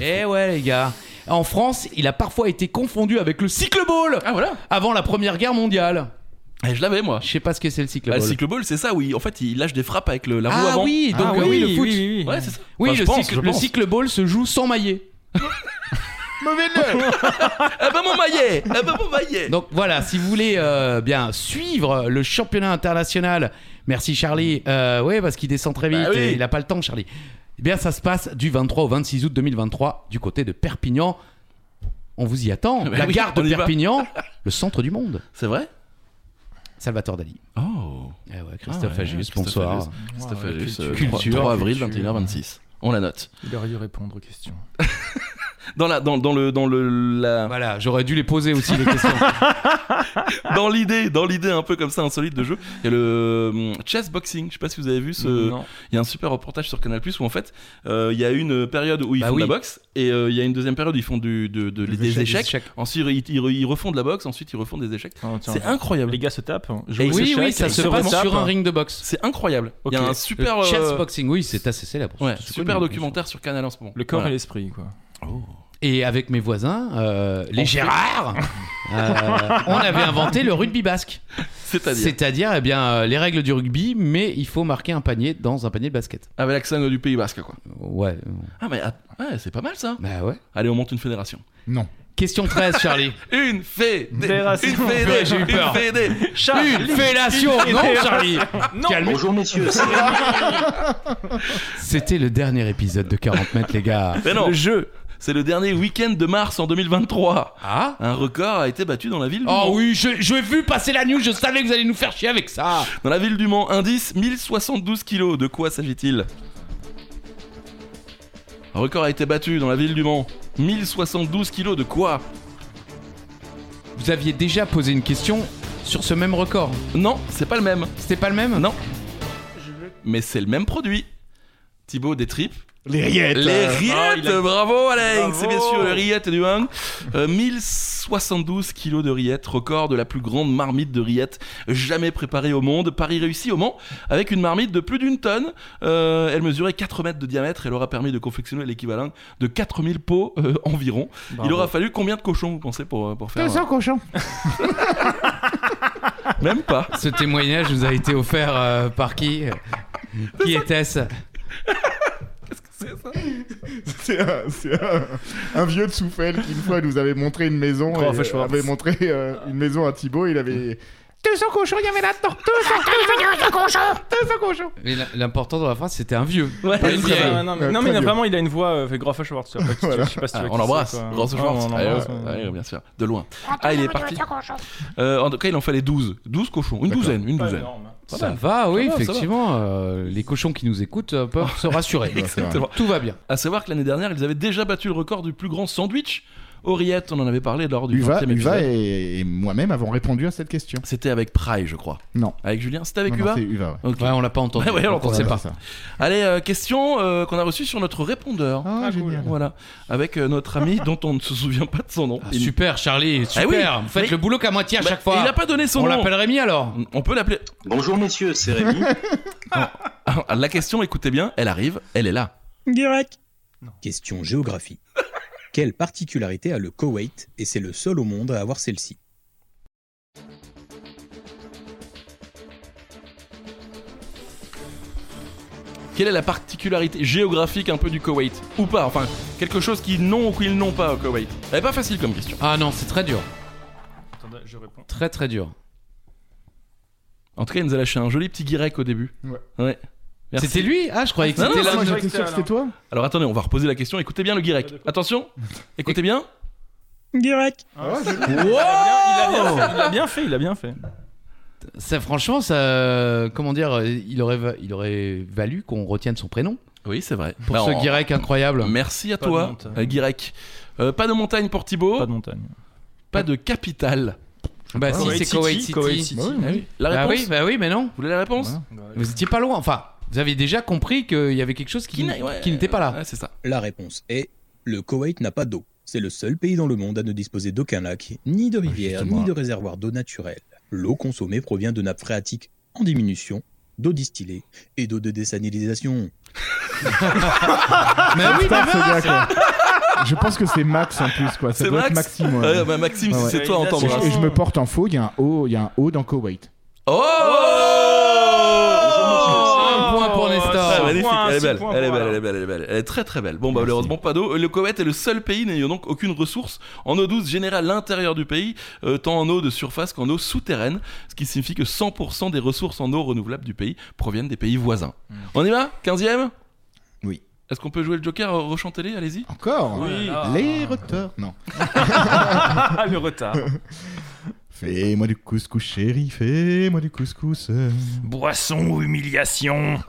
Speaker 3: Eh ouais les gars. En France, il a parfois été confondu avec le cycleball
Speaker 1: Ah voilà.
Speaker 3: avant la Première Guerre mondiale.
Speaker 1: Eh, je l'avais moi.
Speaker 3: Je sais pas ce que c'est le
Speaker 1: Ah,
Speaker 3: cycleball.
Speaker 1: le cycleball, c'est ça. Oui. En fait, il lâche des frappes avec le, la roue
Speaker 3: ah
Speaker 1: avant.
Speaker 3: oui, donc euh, oui, le foot. Oui,
Speaker 4: oui.
Speaker 1: Ouais, c'est ça. Enfin,
Speaker 3: le,
Speaker 1: je pense,
Speaker 3: cycle-
Speaker 1: je
Speaker 3: le
Speaker 1: pense.
Speaker 3: cycleball se joue sans maillet.
Speaker 5: Mauvais nœud
Speaker 1: Ah bah mon maillet. Ah bah mon maillet.
Speaker 3: Donc voilà, si vous voulez euh, bien suivre le championnat international, merci Charlie. Euh, ouais, parce qu'il descend très vite
Speaker 1: Bah oui.
Speaker 3: et il n'a pas le temps, Charlie. Eh bien, ça se passe du 23 au 26 août 2023 du côté de Perpignan. On vous y attend.
Speaker 1: Bah
Speaker 3: La
Speaker 1: oui,
Speaker 3: gare de
Speaker 1: on y va.
Speaker 3: Perpignan, le centre du monde.
Speaker 1: C'est vrai.
Speaker 3: Salvatore Dali.
Speaker 1: Oh.
Speaker 3: Eh ouais, Christophe
Speaker 1: Ah ouais,
Speaker 3: Agius,
Speaker 1: Christophe
Speaker 3: bonsoir.
Speaker 1: Christophe
Speaker 4: la
Speaker 1: Alus, euh,
Speaker 4: culture.
Speaker 1: 3
Speaker 3: Culture.
Speaker 1: avril 21h26. On la note.
Speaker 4: Il aurait dû répondre aux questions.
Speaker 1: dans la dans, dans le dans le la-
Speaker 3: Voilà, j'aurais dû les poser aussi les questions.
Speaker 1: dans l'idée dans l'idée un peu comme ça insolite de jeu il y a le hum, chess boxing je sais pas si vous avez vu ce
Speaker 4: Non.
Speaker 1: il y a un super reportage sur Canal où en fait euh, il y a une période où ils
Speaker 3: Bah
Speaker 1: font
Speaker 3: oui.
Speaker 1: de la boxe et euh, il y a une deuxième période où ils font du, de, de- des échecs ensuite ils, ils- ils refont de la boxe ensuite ils refont des échecs
Speaker 4: Oh, tiens.
Speaker 1: c'est incroyable
Speaker 4: Les gars se tapent. hein. jouent
Speaker 1: Et
Speaker 4: aux
Speaker 3: Oui,
Speaker 4: échecs,
Speaker 3: oui, ça
Speaker 4: ils
Speaker 3: se passe
Speaker 4: retapent.
Speaker 3: sur un ring de boxe.
Speaker 1: c'est incroyable
Speaker 3: Ok.
Speaker 1: il y a un super
Speaker 3: Le
Speaker 1: euh,
Speaker 3: chess boxing, oui, c'est assez célèbre.
Speaker 1: ouais,
Speaker 3: C'est
Speaker 1: super
Speaker 3: connu,
Speaker 1: documentaire sur Canal en ce moment
Speaker 4: Le corps
Speaker 1: Voilà.
Speaker 4: et l'esprit, quoi.
Speaker 3: Et avec mes voisins, euh, les Gérard, euh, on avait inventé le rugby basque.
Speaker 1: c'est-à-dire
Speaker 3: C'est-à-dire, eh bien, euh, les règles du rugby, mais il faut marquer un panier dans un panier de basket.
Speaker 1: avec l'accent du Pays Basque quoi
Speaker 3: Ouais. euh,
Speaker 1: ah mais att- ouais, c'est pas mal ça
Speaker 3: Bah ouais.
Speaker 1: allez on monte une fédération
Speaker 5: Non.
Speaker 3: Question 13, Charlie.
Speaker 1: Une fédé
Speaker 4: Fédération.
Speaker 1: Une fédé
Speaker 3: Ouais, j'ai eu peur.
Speaker 1: Une fédé
Speaker 3: Une fellation Non, Charlie Calme.
Speaker 6: Bonjour messieurs, c'est
Speaker 3: C'était le dernier épisode de 40 mètres, les gars.
Speaker 1: Mais non,
Speaker 4: Le jeu.
Speaker 1: c'est le dernier week-end de mars en 2023.
Speaker 3: Ah
Speaker 1: Un record a été battu dans la ville du
Speaker 3: Oh
Speaker 1: Mans.
Speaker 3: oui, je- j'ai vu passer la news, je savais que vous allez nous faire chier avec ça.
Speaker 1: Dans la ville du Mans, indice 1072 kilos. De quoi s'agit-il Un record a été battu dans la ville du Mans. 1072 kilos de quoi
Speaker 3: Vous aviez déjà posé une question sur ce même record.
Speaker 1: Non, c'est pas le même.
Speaker 3: C'était pas le même
Speaker 1: Non. Mais c'est le même produit. Thibaut, des tripes.
Speaker 5: Les rillettes.
Speaker 1: Les
Speaker 5: euh,
Speaker 4: Ah,
Speaker 1: rillettes,
Speaker 4: il a-
Speaker 1: bravo Alain,
Speaker 4: Bravo.
Speaker 1: c'est bien sûr les rillettes du hang. Euh, 1072 kilos de rillettes, record de la plus grande marmite de rillettes jamais préparée au monde. Paris réussit au Mans avec une marmite de plus d'une tonne. Euh, elle mesurait 4 mètres de diamètre et leur a permis de confectionner l'équivalent de 4000 pots euh, environ. Il aura fallu combien de cochons, vous pensez, pour, euh, pour faire
Speaker 5: 200 cochons.
Speaker 1: euh, Même pas.
Speaker 3: Ce témoignage vous a été offert euh, par qui Qui était-ce
Speaker 5: C'est un, c'est un- un vieux de Souffel qui une fois nous avait montré une maison.
Speaker 4: Grand
Speaker 5: et,
Speaker 4: faucheur.
Speaker 5: avait montré euh, une maison à Thibaut. Il avait 200 cochons. Il y avait là-dedans 200 cochons. 200 cochons.
Speaker 3: Mais la- L'important dans la phrase, c'était un vieux.
Speaker 1: Ouais,
Speaker 3: Pas une
Speaker 1: c'est
Speaker 3: vieille.
Speaker 1: vrai.
Speaker 4: Ouais, non, mais,
Speaker 5: Euh,
Speaker 4: non, mais il a
Speaker 5: Claudio.
Speaker 4: vraiment, il a une voix, euh, fait Graf Schwartz. Je sais pas si tu-
Speaker 5: Voilà.
Speaker 4: je sais pas si tu
Speaker 1: Ah,
Speaker 4: vois
Speaker 1: on
Speaker 4: qui
Speaker 1: l'embrasse,
Speaker 4: c'est, quoi.
Speaker 1: grosse
Speaker 4: Ouais,
Speaker 1: force.
Speaker 4: on
Speaker 1: Allez,
Speaker 4: l'embrasse,
Speaker 1: hop,
Speaker 4: ouais.
Speaker 1: allez, bien sûr, de loin. Ah, il est parti. Euh, en tout cas, il en fallait 12. 12 cochons, une douzaine, une
Speaker 4: Pas
Speaker 1: douzaine.
Speaker 4: énorme.
Speaker 1: Pas
Speaker 3: Ça
Speaker 1: mal.
Speaker 3: va, oui,
Speaker 1: Ça va, ça
Speaker 3: effectivement. euh, les cochons qui nous écoutent euh, peuvent se rassurer.
Speaker 1: Exactement.
Speaker 3: Tout va bien.
Speaker 1: À savoir que l'année dernière, ils avaient déjà battu le record du plus grand sandwich. Oriette, on en avait parlé lors du
Speaker 5: Uva,
Speaker 1: 20e
Speaker 5: Uva
Speaker 1: épisode.
Speaker 5: et, et moi-même avons répondu à cette question.
Speaker 1: C'était avec Pry, je crois.
Speaker 5: Non.
Speaker 1: Avec Julien, c'était avec
Speaker 5: Non, non,
Speaker 1: Uva
Speaker 5: c'est Uva, ouais.
Speaker 1: Ok. Ah
Speaker 3: Ouais, on l'a pas entendu.
Speaker 1: Ouais, ouais, on
Speaker 3: donc on
Speaker 1: l'entend,
Speaker 3: sait
Speaker 5: Voilà,
Speaker 3: pas.
Speaker 5: c'est ça.
Speaker 1: Allez, euh, question euh, qu'on a reçue sur notre répondeur.
Speaker 5: Ah,
Speaker 4: Ah, cool.
Speaker 5: génial.
Speaker 1: Voilà, avec euh, notre ami dont on ne se souvient pas de son nom.
Speaker 3: Ah,
Speaker 1: Il-
Speaker 3: super, Charlie, super.
Speaker 1: ah oui,
Speaker 3: Vous faites
Speaker 1: mais-
Speaker 3: le boulot qu'à moitié à
Speaker 1: Bah,
Speaker 3: chaque fois.
Speaker 1: Il n'a pas donné son
Speaker 3: on
Speaker 1: nom.
Speaker 3: l'appelle Rémi alors
Speaker 1: On peut l'appeler.
Speaker 6: Bonjour messieurs, c'est Rémi.
Speaker 1: Ah, La question, écoutez bien, elle arrive, elle est là.
Speaker 7: Direct. Question géographie. Quelle particularité a le Koweït et c'est le seul au monde à avoir celle-ci
Speaker 1: Quelle est la particularité géographique un peu du Koweït Ou pas, enfin, quelque chose qu'ils n'ont ou qu'ils n'ont pas au Koweït. Elle est pas facile comme question.
Speaker 3: Ah non, c'est très dur.
Speaker 4: Attendez, je réponds.
Speaker 3: Très très dur.
Speaker 1: En tout cas, il nous a lâché un joli petit guirec au début.
Speaker 5: Ouais.
Speaker 1: ouais. Merci.
Speaker 3: C'était lui Ah, je croyais que
Speaker 1: Non,
Speaker 3: c'était
Speaker 1: non,
Speaker 3: là.
Speaker 5: Moi,
Speaker 4: je
Speaker 5: j'étais
Speaker 4: crois que
Speaker 5: sûr que c'était
Speaker 4: c'était
Speaker 5: toi.
Speaker 1: Alors attendez, on va reposer la question. Écoutez bien le Guirec. Attention, écoutez bien.
Speaker 7: Direct.
Speaker 4: Ah,
Speaker 5: Ah,
Speaker 4: il, a bien, il a bien fait, il a bien fait, il a bien fait.
Speaker 3: Ça, franchement, ça. euh, Comment dire euh, Il aurait, va- il aurait valu qu'on retienne son prénom
Speaker 1: Oui, c'est vrai.
Speaker 3: pour
Speaker 1: Bah,
Speaker 3: ce
Speaker 1: on-
Speaker 3: Guirec incroyable.
Speaker 1: Merci à
Speaker 4: Pas de
Speaker 1: toi,
Speaker 4: montagne.
Speaker 1: euh, Guirec. Euh, pas de montagne pour Thibaut,
Speaker 4: Pas
Speaker 1: pas
Speaker 4: de
Speaker 1: de,
Speaker 4: montagne.
Speaker 1: capitale.
Speaker 3: Bah si,
Speaker 4: Koweït
Speaker 3: c'est
Speaker 4: City,
Speaker 3: Koweït City.
Speaker 4: Koweït City. Ah
Speaker 5: Bah oui,
Speaker 1: Ah oui. La
Speaker 3: Bah
Speaker 1: réponse
Speaker 3: oui, bah oui, mais non.
Speaker 1: Vous voulez la réponse
Speaker 5: Voilà.
Speaker 3: Vous étiez pas loin. Enfin, vous avez déjà compris qu'il y avait quelque chose qui,
Speaker 1: Qui n'a- ouais,
Speaker 3: qui n'était pas là.
Speaker 1: ouais, c'est ça.
Speaker 7: La réponse est le Koweït n'a pas d'eau. C'est le seul pays dans le monde à ne disposer d'aucun lac, ni de rivière,
Speaker 5: justement.
Speaker 7: ni de réservoir d'eau naturelle. L'eau consommée provient de nappes phréatiques en diminution, d'eau distillée et d'eau de désanilisation.
Speaker 3: Mais oui,
Speaker 5: Putain, ce gars, quoi. Je pense que c'est Max en plus, quoi. Ça
Speaker 1: C'est
Speaker 5: doit être
Speaker 1: Max
Speaker 5: Maxime. ouais.
Speaker 1: Euh, bah, Maxime,
Speaker 5: Ah
Speaker 1: si
Speaker 5: ouais.
Speaker 1: c'est toi, on
Speaker 5: Et
Speaker 1: t'embrasse.
Speaker 5: je- et je me porte en faux, il y a un O, il y a un O dans Koweït.
Speaker 1: Oh,
Speaker 3: Un point pour Nestor.
Speaker 1: Ah,
Speaker 4: Oh, six
Speaker 1: magnifique,
Speaker 4: points,
Speaker 1: elle est
Speaker 4: six
Speaker 1: belle,
Speaker 4: points
Speaker 1: elle est
Speaker 4: pour
Speaker 1: belle, elle est
Speaker 4: Alain.
Speaker 1: belle, elle est belle. Elle est très très belle. Bon, bah, malheureusement, pas d'eau. Le Koweït est le seul pays n'ayant donc aucune ressource en eau douce générée à l'intérieur du pays, euh, tant en eau de surface qu'en eau souterraine, ce qui signifie que 100% des ressources en eau renouvelable du pays proviennent des pays voisins.
Speaker 4: Hmm.
Speaker 1: On y va 15ème
Speaker 5: Oui.
Speaker 1: Est-ce qu'on peut jouer le Joker euh, Rechantez-les, allez-y.
Speaker 5: Encore
Speaker 4: Oui.
Speaker 5: Les roteurs. Non.
Speaker 4: Ah, le retard.
Speaker 5: Fais-moi du couscous, chérie, fais-moi du couscous.
Speaker 4: Boisson ou humiliation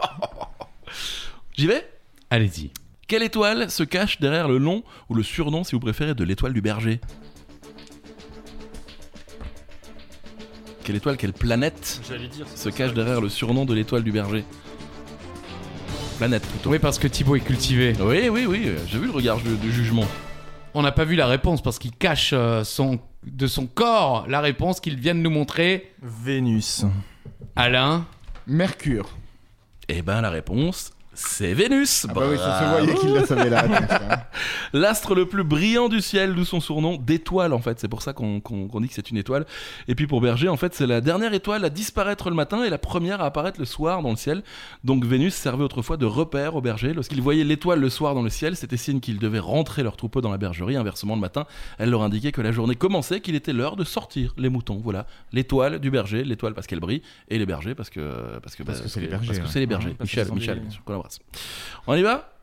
Speaker 1: J'y vais
Speaker 3: Allez-y.
Speaker 1: Quelle étoile se cache derrière le nom ou le surnom, si vous préférez, de l'étoile du berger Quelle étoile, quelle planète
Speaker 4: J'allais dire. c'est
Speaker 1: se
Speaker 4: pour ça
Speaker 1: cache
Speaker 4: que-
Speaker 1: derrière le surnom de l'étoile du berger Planète plutôt.
Speaker 3: Oui, parce que Thibaut est cultivé.
Speaker 1: Oui, oui, oui, j'ai vu le regard ju- du jugement.
Speaker 3: On n'a pas vu la réponse parce qu'il cache euh, son, de son corps la réponse qu'il vient de nous montrer.
Speaker 4: Vénus.
Speaker 3: Alain,
Speaker 5: Mercure.
Speaker 1: Eh ben la réponse, c'est Vénus.
Speaker 5: Ah bah oui, ça se
Speaker 1: Bravo.
Speaker 5: voyait qu'il la savait là. Attends,
Speaker 1: L'astre le plus brillant du ciel, d'où son surnom d'étoile en fait. C'est pour ça qu'on qu'on- qu'on dit que c'est une étoile. Et puis pour Berger, en fait, c'est la dernière étoile à disparaître le matin et la première à apparaître le soir dans le ciel. Donc Vénus servait autrefois de repère aux bergers. Lorsqu'ils voyaient l'étoile le soir dans le ciel, c'était signe qu'ils devaient rentrer leur troupeau dans la bergerie. Inversement, le matin, elle leur indiquait que la journée commençait, qu'il était l'heure de sortir les moutons. Voilà, l'étoile du berger, l'étoile parce qu'elle brille, et les bergers parce que parce que
Speaker 5: Parce
Speaker 1: bah,
Speaker 5: que c'est les
Speaker 1: parce
Speaker 5: bergers,
Speaker 1: que
Speaker 5: hein.
Speaker 1: c'est les bergers.
Speaker 4: Parce
Speaker 1: Michel,
Speaker 4: qu'ils sont
Speaker 1: Michel,
Speaker 4: des-
Speaker 1: bien sûr, qu'on embrasse. On y va.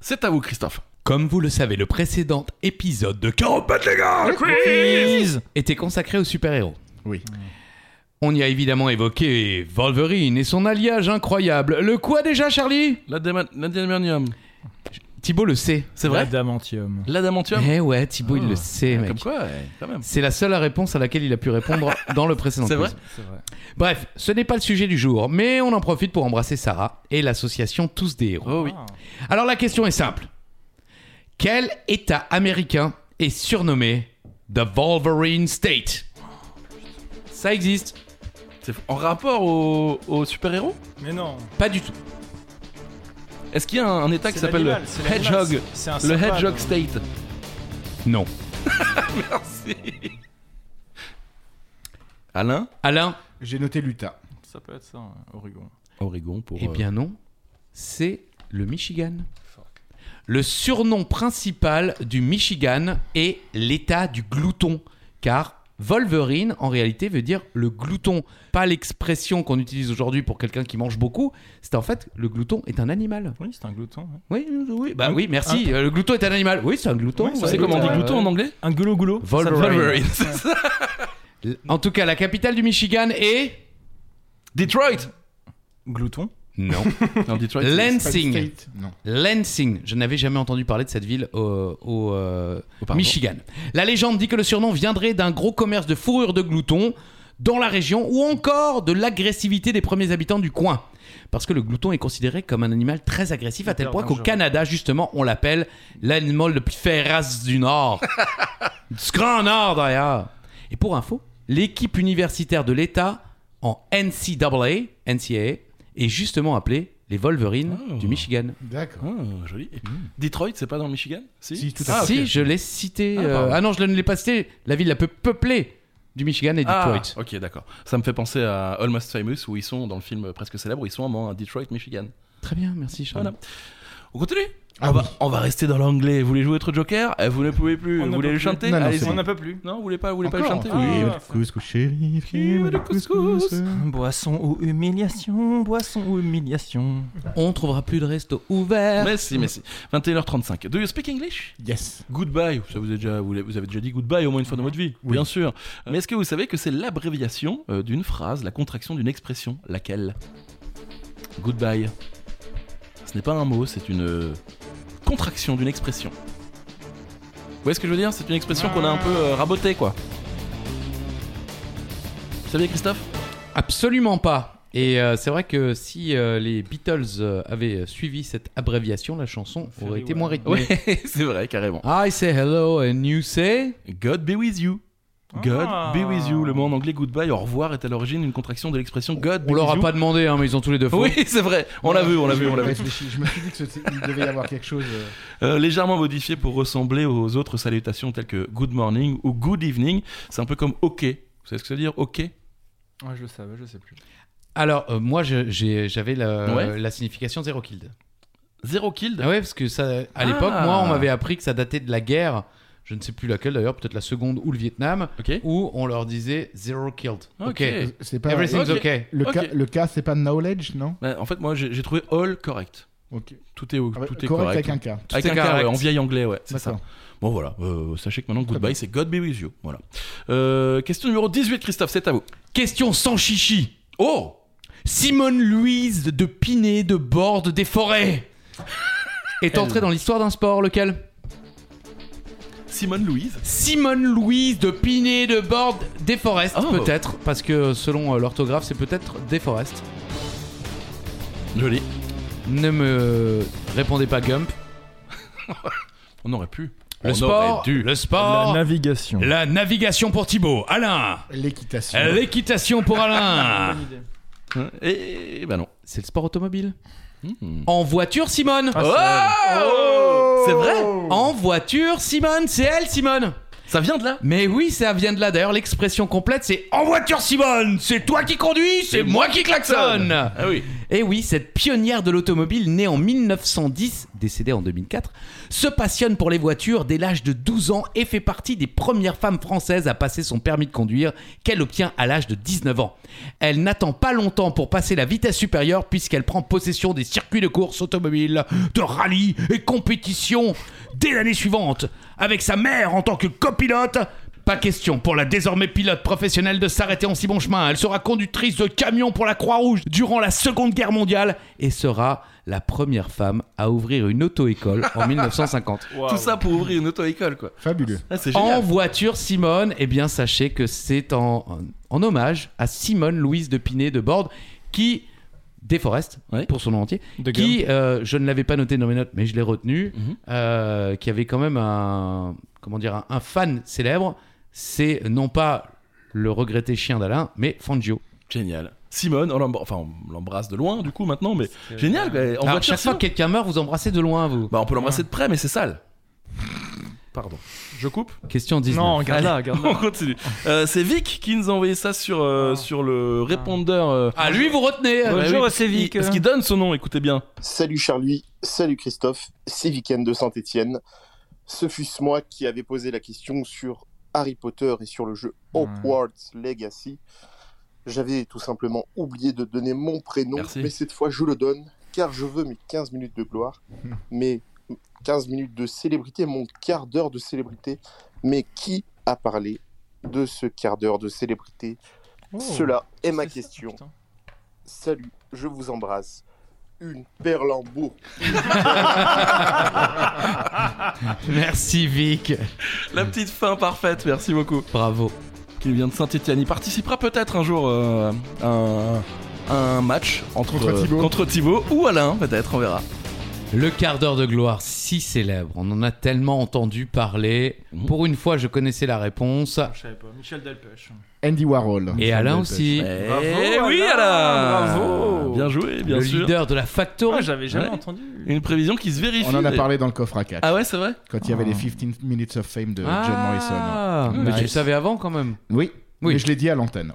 Speaker 1: C'est à vous, Christophe.
Speaker 3: comme vous le savez, le précédent épisode de Carotte
Speaker 2: les gars
Speaker 4: Quiz
Speaker 3: était consacré aux super-héros.
Speaker 5: Oui.
Speaker 3: On y a évidemment évoqué Wolverine et son alliage incroyable. Le quoi déjà, Charlie
Speaker 1: L'adamantium.
Speaker 3: Thibaut le sait.
Speaker 1: C'est vrai
Speaker 4: L'adamantium.
Speaker 1: L'adamantium
Speaker 3: Eh ouais, Thibaut, il
Speaker 1: Ah,
Speaker 3: le sait, mec.
Speaker 1: Comme quoi, ouais, quand même.
Speaker 3: C'est la seule réponse à laquelle il a pu répondre dans le précédent
Speaker 1: C'est
Speaker 3: quiz.
Speaker 1: vrai
Speaker 4: C'est vrai.
Speaker 3: Bref, ce n'est pas le sujet du jour, mais on en profite pour embrasser Sarah et l'association Tous des Héros.
Speaker 1: Oh oui.
Speaker 4: Ah.
Speaker 3: Alors la question est simple. Quel État américain est surnommé The Wolverine State Ça existe
Speaker 1: C'est en rapport au, au super-héros
Speaker 4: Mais non.
Speaker 3: Pas du tout.
Speaker 1: Est-ce qu'il y a un, un état qui
Speaker 4: C'est
Speaker 1: s'appelle le
Speaker 4: l'animal, c'est l'animal,
Speaker 1: Hedgehog
Speaker 4: c'est- c'est un
Speaker 1: Le
Speaker 4: sapin,
Speaker 1: Hedgehog
Speaker 4: donc.
Speaker 1: State.
Speaker 3: Non.
Speaker 1: Merci. Alain
Speaker 3: Alain
Speaker 5: J'ai noté l'Utah.
Speaker 4: Ça peut être ça, ouais, Oregon.
Speaker 1: Oregon pour.
Speaker 3: Eh
Speaker 1: euh,
Speaker 3: bien non, c'est le Michigan. Le surnom principal du Michigan est l'état du glouton, car Wolverine en réalité veut dire le glouton, pas l'expression qu'on utilise aujourd'hui pour quelqu'un qui mange beaucoup. C'est en fait le glouton est un animal.
Speaker 4: Oui, c'est un glouton. ouais.
Speaker 3: Oui, oui, bah oui, merci. Euh, le glouton est un animal. Oui, c'est un glouton. euh,
Speaker 4: Oui, ça,
Speaker 1: c'est
Speaker 4: Ouais,
Speaker 1: comment euh, on dit
Speaker 5: euh,
Speaker 4: ouais,
Speaker 1: glouton
Speaker 4: ouais.
Speaker 1: en anglais
Speaker 4: Un goulot goulot.
Speaker 3: Wolverine.
Speaker 1: c'est ça.
Speaker 3: En tout cas, la capitale du Michigan est
Speaker 1: Detroit
Speaker 4: Glouton.
Speaker 3: non
Speaker 1: Non, Detroit. c'est-
Speaker 5: Pas du
Speaker 3: Lansing.
Speaker 5: state, Non.
Speaker 3: Lansing. Je n'avais jamais entendu parler de cette ville au, au, euh,
Speaker 1: Oh, pardon.
Speaker 3: Michigan. La légende dit que le surnom viendrait d'un gros commerce de fourrure de glouton dans la région ou encore de l'agressivité des premiers habitants du coin. Parce que le glouton est considéré comme un animal très agressif à tel
Speaker 4: Hyper
Speaker 3: point qu'au
Speaker 4: dangereux.
Speaker 3: Canada, justement, on l'appelle l'animal le plus féroce du Nord. du Grand Nord, d'ailleurs. Et pour info, l'équipe universitaire de l'État en NCAA, NCAA est justement appelée les Wolverines
Speaker 1: Oh.
Speaker 3: du Michigan.
Speaker 5: D'accord.
Speaker 1: Ah, joli. Detroit, c'est pas dans le Michigan Si.
Speaker 5: Hmm. Si, tout
Speaker 1: ah,
Speaker 5: à
Speaker 1: ok.
Speaker 5: fait.
Speaker 3: Si, je l'ai cité.
Speaker 1: Ah,
Speaker 3: euh, Ah,
Speaker 1: pardon.
Speaker 3: non, je ne l'ai pas cité. La ville la plus peuplée du Michigan et
Speaker 1: Ah,
Speaker 3: Detroit.
Speaker 1: ok, d'accord. Ça me fait penser à Almost Famous, où ils sont dans le film presque célèbre, où ils sont à Detroit, Michigan.
Speaker 3: Très bien, merci Charles.
Speaker 1: Voilà. On continue
Speaker 5: Ah
Speaker 1: on, va,
Speaker 5: oui.
Speaker 1: on va rester dans l'anglais. Vous voulez jouer autre Joker eh, Vous ne pouvez plus.
Speaker 4: On
Speaker 1: vous
Speaker 4: ne
Speaker 1: voulez
Speaker 4: peut
Speaker 1: le
Speaker 4: plus.
Speaker 1: chanter
Speaker 5: Non, non,
Speaker 1: Allez-y.
Speaker 5: c'est
Speaker 4: On
Speaker 5: bon.
Speaker 4: n'a pas plus.
Speaker 1: Non, vous voulez pas, vous voulez
Speaker 5: Encore.
Speaker 1: pas le chanter
Speaker 5: Ah,
Speaker 1: Oui.
Speaker 5: oui, le couscous, chérie.
Speaker 1: Qui veut
Speaker 5: le
Speaker 1: du couscous
Speaker 5: Euh,
Speaker 4: Boisson ou humiliation, boisson ou humiliation.
Speaker 3: On trouvera plus de resto ouvert.
Speaker 1: Mais si, mais si. 21h35. Do you speak English
Speaker 5: Yes.
Speaker 1: Goodbye. Ça vous, est déjà, vous l'avez- vous avez déjà dit goodbye au moins une fois dans votre vie, bien sûr. Mais est-ce que vous savez que c'est l'abréviation euh, d'une phrase, la contraction d'une expression Laquelle Goodbye. Ce n'est pas un mot, c'est une euh, contraction d'une expression. Vous voyez ce que je veux dire C'est une expression qu'on a un peu euh, rabotée, quoi. Vous savez, Christophe
Speaker 3: Absolument pas. Et euh, c'est vrai que si euh, les Beatles euh, avaient suivi cette abréviation, la chanson aurait été moins rythmée.
Speaker 1: Ouais, c'est vrai, carrément.
Speaker 3: I say hello and you say.
Speaker 1: God be with you. God
Speaker 4: Ah.
Speaker 1: be with you. Le mot en anglais goodbye, au revoir, est à l'origine une contraction de l'expression God be
Speaker 3: On leur
Speaker 1: with
Speaker 3: a
Speaker 1: you.
Speaker 3: pas demandé, hein, mais ils ont tous les deux faux.
Speaker 1: Oui, c'est vrai. On l'a vu, on l'a vu, on l'a vu.
Speaker 5: Réfléchi. Je me suis dit qu'il devait y avoir quelque chose. euh,
Speaker 1: Euh, légèrement modifié pour ressembler aux autres salutations telles que good morning ou good evening. C'est un peu comme ok. Vous savez ce que ça veut dire ok
Speaker 4: Ouais, je le savais, je sais plus.
Speaker 3: Alors, euh, moi, je- j'ai- j'avais la,
Speaker 1: Ouais.
Speaker 3: la signification zéro kill.
Speaker 1: Zéro kill.
Speaker 3: Ah ouais, parce que ça, à l'époque,
Speaker 1: Ah.
Speaker 3: moi, on m'avait appris que ça datait de la guerre, je ne sais plus laquelle d'ailleurs, peut-être la seconde ou le Vietnam,
Speaker 1: Ok.
Speaker 3: où on leur disait zero killed.
Speaker 1: Ok.
Speaker 5: C'est pas.
Speaker 3: Everything's
Speaker 1: Ok.
Speaker 3: okay.
Speaker 5: Le
Speaker 1: Ok.
Speaker 5: cas, le cas, c'est pas knowledge, non
Speaker 1: Bah, en fait, moi, j'ai j'ai trouvé all correct.
Speaker 5: Ok.
Speaker 1: Tout est, tout
Speaker 5: Ah ouais,
Speaker 1: est bah, correct.
Speaker 5: avec un cas.
Speaker 1: Avec
Speaker 3: Tout est
Speaker 1: un K,
Speaker 3: correct.
Speaker 1: ouais, en vieil anglais, ouais, c'est ça.
Speaker 5: D'accord.
Speaker 1: Bon voilà, Euh, sachez que maintenant goodbye c'est God be with you. Voilà. Euh, question numéro 18, Christophe, c'est à vous.
Speaker 3: Question sans chichi.
Speaker 1: Oh
Speaker 3: Simone Louise de Pinet de Borde des Forêts est entrée dans l'histoire d'un sport, lequel
Speaker 1: Simone Louise.
Speaker 3: Simone Louise de Pinet de Borde des Forest,
Speaker 1: Oh.
Speaker 3: peut-être, parce que selon euh, l'orthographe, c'est peut-être des Forest.
Speaker 1: Joli.
Speaker 3: Ne me répondez pas Gump.
Speaker 1: On aurait pu.
Speaker 3: Le
Speaker 1: On
Speaker 3: sport,
Speaker 1: aurait dû.
Speaker 3: le
Speaker 4: La
Speaker 3: sport, la,
Speaker 4: navigation.
Speaker 3: navigation pour Thibaut, Alain,
Speaker 5: L'équitation.
Speaker 3: l'équitation pour Alain.
Speaker 1: Hein, Et bah non.
Speaker 3: c'est le sport automobile.
Speaker 1: Hmm.
Speaker 3: En voiture, Simone.
Speaker 1: Oh C'est vrai
Speaker 3: En voiture, Simone, c'est elle, Simone.
Speaker 1: Ça vient de là
Speaker 3: Mais oui, ça vient de là. D'ailleurs, l'expression complète, c'est En voiture, Simone C'est toi qui conduis, c'est moi qui klaxonne
Speaker 1: Ah oui.
Speaker 3: Et oui, cette pionnière de l'automobile, née en 1910, décédée en 2004, se passionne pour les voitures dès l'âge de 12 ans et fait partie des premières femmes françaises à passer son permis de conduire qu'elle obtient à l'âge de 19 ans. Elle n'attend pas longtemps pour passer la vitesse supérieure puisqu'elle prend possession des circuits de course automobile, de rallye et compétition dès l'année suivante, avec sa mère en tant que copilote. Pas question pour la désormais pilote professionnelle de s'arrêter en si bon chemin. Elle sera conductrice de camion pour la Croix-Rouge durant la Seconde Guerre mondiale et sera la première femme à ouvrir une auto-école en 1950.
Speaker 4: Waouh.
Speaker 1: Tout ça pour ouvrir une auto-école, quoi.
Speaker 5: Fabuleux.
Speaker 1: Ah, c'est
Speaker 3: En
Speaker 1: génial.
Speaker 3: voiture, Simone, eh bien, sachez que c'est en, en hommage à Simone Louise de Pinet de Borde qui déforeste
Speaker 1: Ouais.
Speaker 3: pour son nom entier,
Speaker 4: De
Speaker 3: qui, euh, je ne l'avais pas noté dans mes notes, mais je l'ai retenu,
Speaker 1: Mhm.
Speaker 3: euh, qui avait quand même un, comment dire, un, un fan célèbre, c'est non pas le regretté chien d'Alain, mais Fangio.
Speaker 1: Génial. Simone, on l'embr- enfin, on l'embrasse de loin, du coup, maintenant, mais génial. quoi. En
Speaker 3: Alors,
Speaker 1: voiture,
Speaker 3: chaque fois
Speaker 1: Simone.
Speaker 3: que quelqu'un meurt, vous embrassez de loin, vous.
Speaker 1: Bah, on peut l'embrasser de près, mais c'est sale. Pardon. Je coupe
Speaker 3: Question 19.
Speaker 4: Non, regarde là, regarde
Speaker 1: On continue. Euh, c'est Vic qui nous a envoyé ça sur, euh,
Speaker 4: Ah.
Speaker 1: sur le répondeur. euh,
Speaker 3: Ah, lui, vous retenez
Speaker 1: bah
Speaker 4: Bonjour,
Speaker 1: oui,
Speaker 4: c'est
Speaker 1: il-
Speaker 4: Vic.
Speaker 1: Parce qu'il donne son nom, écoutez bien.
Speaker 8: Salut Charlie, salut Christophe, c'est Weekend de Saint-Étienne. Ce fut-ce moi qui avait posé la question sur Harry Potter et sur le jeu
Speaker 4: Ouais.
Speaker 8: Hogwarts Legacy. J'avais tout simplement oublié de donner mon prénom,
Speaker 1: Merci.
Speaker 8: mais cette fois je le donne car je veux mes 15 minutes de gloire, mes 15 minutes de célébrité, mon quart d'heure de célébrité. Mais qui a parlé de ce quart d'heure de célébrité
Speaker 4: Oh.
Speaker 8: Cela est ma
Speaker 4: C'est ça,
Speaker 8: question.
Speaker 4: putain.
Speaker 8: Salut, je vous embrasse. Une perle en bourre.
Speaker 3: Merci, Vic.
Speaker 1: La petite fin parfaite, merci beaucoup.
Speaker 3: Bravo.
Speaker 1: Qui vient de Saint-Etienne. Il participera peut-être un jour euh, à un, à un match entre, euh,
Speaker 5: Contre Thibaut.
Speaker 1: contre Thibaut ou Alain, peut-être, on verra.
Speaker 3: Le quart d'heure de gloire, si célèbre, on en a tellement entendu parler.
Speaker 1: Mhm.
Speaker 3: Pour une fois, je connaissais la réponse.
Speaker 4: Ah, Je savais pas. Michel Delpech.
Speaker 5: Andy Warhol.
Speaker 3: Et Alain aussi,
Speaker 4: Bravo,
Speaker 1: Eh oui,
Speaker 4: Alain,
Speaker 1: Alain
Speaker 4: bravo.
Speaker 1: Bien joué, bien
Speaker 3: le
Speaker 1: sûr.
Speaker 3: leader de la factory.
Speaker 4: Ah, j'avais jamais
Speaker 1: Ouais.
Speaker 4: entendu.
Speaker 1: Une prévision qui se vérifie.
Speaker 5: On en a parlé dans le coffre à 4.
Speaker 1: Ah ouais, c'est vrai
Speaker 5: Quand il y avait
Speaker 4: Ah.
Speaker 5: les 15 Minutes of Fame de
Speaker 3: Ah,
Speaker 5: John Morrison.
Speaker 3: Mais
Speaker 5: Nice.
Speaker 3: tu le savais avant quand même.
Speaker 5: Oui.
Speaker 3: Oui.
Speaker 5: Mais je l'ai dit à l'antenne.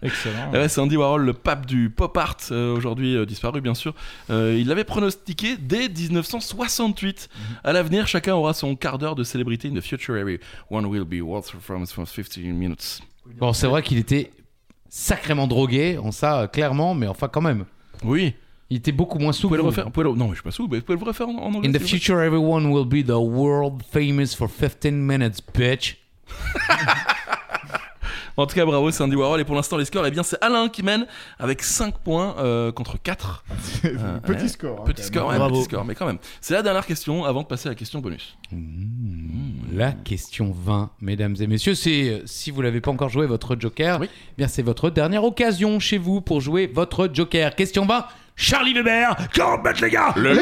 Speaker 4: Excellent.
Speaker 1: Ah ouais, c'est Andy Warhol, le pape du pop art, euh, aujourd'hui euh, disparu bien sûr. Euh, il l'avait pronostiqué dès 1968. À l'avenir, chacun aura son quart d'heure de célébrité in the future. Every one will be worth from, from 15 minutes.
Speaker 3: Bon, c'est vrai qu'il était sacrément drogué, on ça euh, clairement, mais enfin quand même.
Speaker 1: Oui.
Speaker 3: Il était beaucoup moins
Speaker 1: Vous
Speaker 3: souple.
Speaker 1: pouvez le refaire. vous pouvez le- Non, mais je suis pas sous, mais vous pouvez le refaire en, en anglais.
Speaker 3: In the
Speaker 1: si vous
Speaker 3: future, everyone will be the world famous for 15 minutes, bitch.
Speaker 1: voulez. En tout cas, bravo, c'est Andy Warhol. Et pour l'instant, les scores, eh bien, c'est Alain qui mène avec 5 points euh, contre 4.
Speaker 5: Petit score. hein,
Speaker 1: Petit
Speaker 5: quand
Speaker 1: score,
Speaker 5: même.
Speaker 1: ouais, petit score, mais quand même. C'est la dernière question avant de passer à la question bonus.
Speaker 3: La question 20, mesdames et messieurs, c'est euh, si vous l'avez pas encore joué votre Joker,
Speaker 1: Oui.
Speaker 3: eh bien c'est votre dernière occasion chez vous pour jouer votre Joker. Question 20, Charlie Weber,
Speaker 2: Quand bête les gars Le,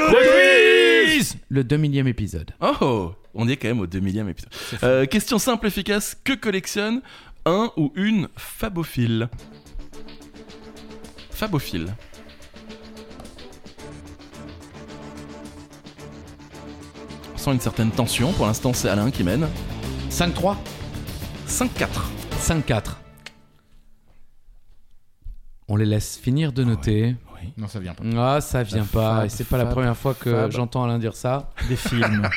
Speaker 3: le 2000e épisode.
Speaker 1: Oh On y est quand même au 2000ème épisode. Euh, question simple, efficace que collectionne un ou une fabophile Fabophile. On sent une certaine tension. Pour l'instant, c'est Alain qui mène.
Speaker 3: 5-3,
Speaker 1: 5-4.
Speaker 3: 5-4. On les laisse finir de noter.
Speaker 5: Non, ça vient pas.
Speaker 3: Ah, ça vient pas,
Speaker 1: fab,
Speaker 3: et c'est pas la
Speaker 1: fab,
Speaker 3: première fois que
Speaker 1: fab.
Speaker 3: j'entends Alain dire ça.
Speaker 4: Des films.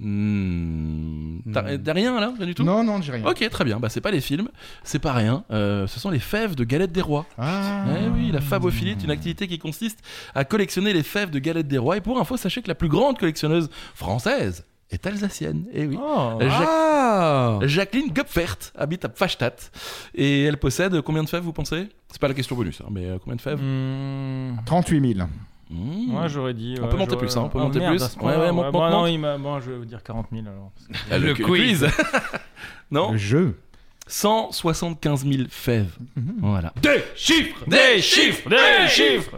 Speaker 1: Hmm. T'as
Speaker 3: Hmm.
Speaker 1: t'as rien là Rien du tout
Speaker 5: Non, non, j'ai rien.
Speaker 1: Ok, très bien. Bah, c'est pas les films, c'est pas rien. Euh, ce sont les fèves de galettes des rois.
Speaker 5: Ah.
Speaker 1: Eh oui, la fabophilie est une activité qui consiste à collectionner les fèves de galettes des rois. Et pour info, sachez que la plus grande collectionneuse française est alsacienne. Eh oui.
Speaker 4: Oh.
Speaker 1: Euh, Jac-
Speaker 3: Ah
Speaker 1: Jacqueline Gopfert habite à Pfastatt et euh, elle possède combien de fèves, vous pensez C'est pas la question bonus, hein, mais euh, combien de fèves
Speaker 4: Hmm.
Speaker 5: 38 000.
Speaker 1: Mmh.
Speaker 4: Moi, j'aurais dit.
Speaker 1: On peut monter
Speaker 4: j'aurais-
Speaker 1: plus, hein, on peut
Speaker 4: Ah,
Speaker 1: monter
Speaker 4: merde,
Speaker 1: plus.
Speaker 4: à ce point-là,
Speaker 1: Ouais, ouais,
Speaker 4: ouais.
Speaker 1: monte,
Speaker 4: Bon,
Speaker 1: monte,
Speaker 4: non,
Speaker 1: monte.
Speaker 4: il m'a- bon, je vais vous dire 40 000 alors. parce que-
Speaker 1: Ah,
Speaker 3: Le quiz.
Speaker 1: non
Speaker 5: Le jeu.
Speaker 1: 175 000 fèves. Voilà.
Speaker 3: Deux chiffres
Speaker 4: Des chiffres Des chiffres